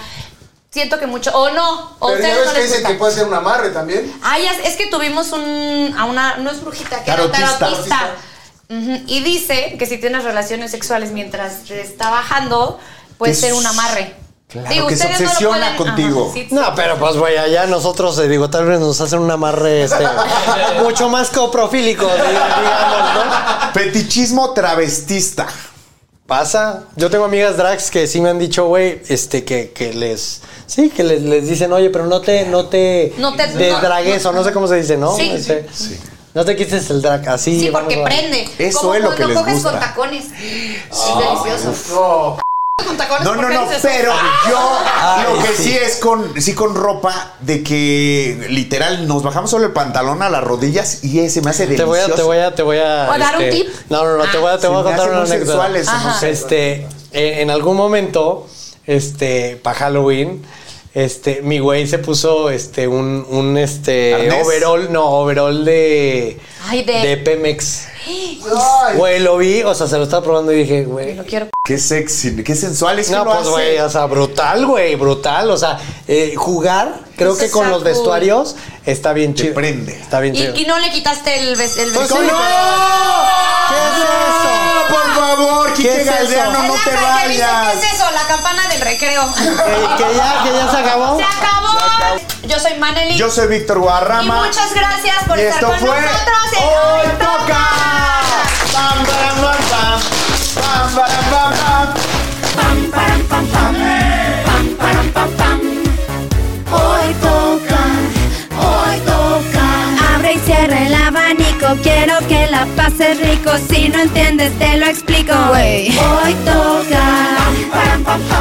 Siento que mucho. O no, o
Pero ya
ustedes
ves
no
que
les
dicen
gusta.
que puede ser un amarre también.
Ah, ya, es que tuvimos un, a una, no es brujita, que era
Tarotista.
tarotista. Ujú, Y dice que si tienes relaciones sexuales mientras te está bajando, puede
Es-
ser un amarre.
Claro, que se
ustedes lo pueden-
obsesiona contigo.
ajá, sí, sí.
No, pero pues, güey, allá nosotros, eh, digo, tal vez nos hacen un amarre este, mucho más coprofílico, di- digamos, ¿no?
Fetichismo travestista.
Pasa. Yo tengo amigas drags que sí me han dicho, güey, este, que, que les. Sí, que les, les dicen, oye, pero no te. No te.
No te-
desdragues",
no-
o no sé cómo se dice, ¿no?
Sí.
Este, No te quites el drag, así.
Sí,
vamos
porque
a-
prende.
Eso
Como
es lo
cuando
que les
coges
gusta. Ah,
con tacones. delicioso.
No.
Con tacones
No, no,
porque
no,
haces eso.
pero yo
Ay,
lo que
sí.
sí es con sí con ropa de que literal nos bajamos solo el pantalón a las rodillas y ese me hace
Te voy a,
delicioso.
te voy a, te voy a.
¿O dar un
este,
tip?
No, no, no, te voy a, te
Ah.
voy a
Se me
contar
hacen
una
muy
anécdota.
sensuales,
no Ajá. sé.
Este, eh, en algún momento, este, para Halloween, este, mi güey se puso, este, un, un, este,
¿Arnés?
overall, no, overall de,
Ay, de-
Pemex.
Ay,
Güey, lo vi, o sea, se lo estaba probando y dije, güey.
Lo quiero.
Qué sexy, qué sensual es que
No,
lo
pues,
hace.
güey, o sea, brutal, güey, brutal. O sea, eh, jugar, creo
Eso
que con
está
los
cool.
vestuarios está bien
Te
chido.
prende.
Está bien chido.
Y, y no le quitaste el, ves- el
Pues
beso.
sí. ¿Qué es eso?
No, por favor,
¿Qué
Quique
es eso?
Galdeano,
Es la
no te
campana, ¿Qué
vayas. Eh,
es eso? La campana del recreo.
Que, que ya, que ya se acabó.
¡Se acabó! Yo soy Maneli.
Yo soy Víctor
Y
Guarrama.
muchas gracias por
Y
estar
esto
con
fue
nosotros en
Hoy
Hoy
Toca. Pam, param, pam, pam. Pam, param, pam, pam.
Hoy toca, hoy toca. Abre y cierra el abanico, quiero que la pases rico. Si no entiendes, te lo explico. Hoy toca. Hoy toca, hoy toca.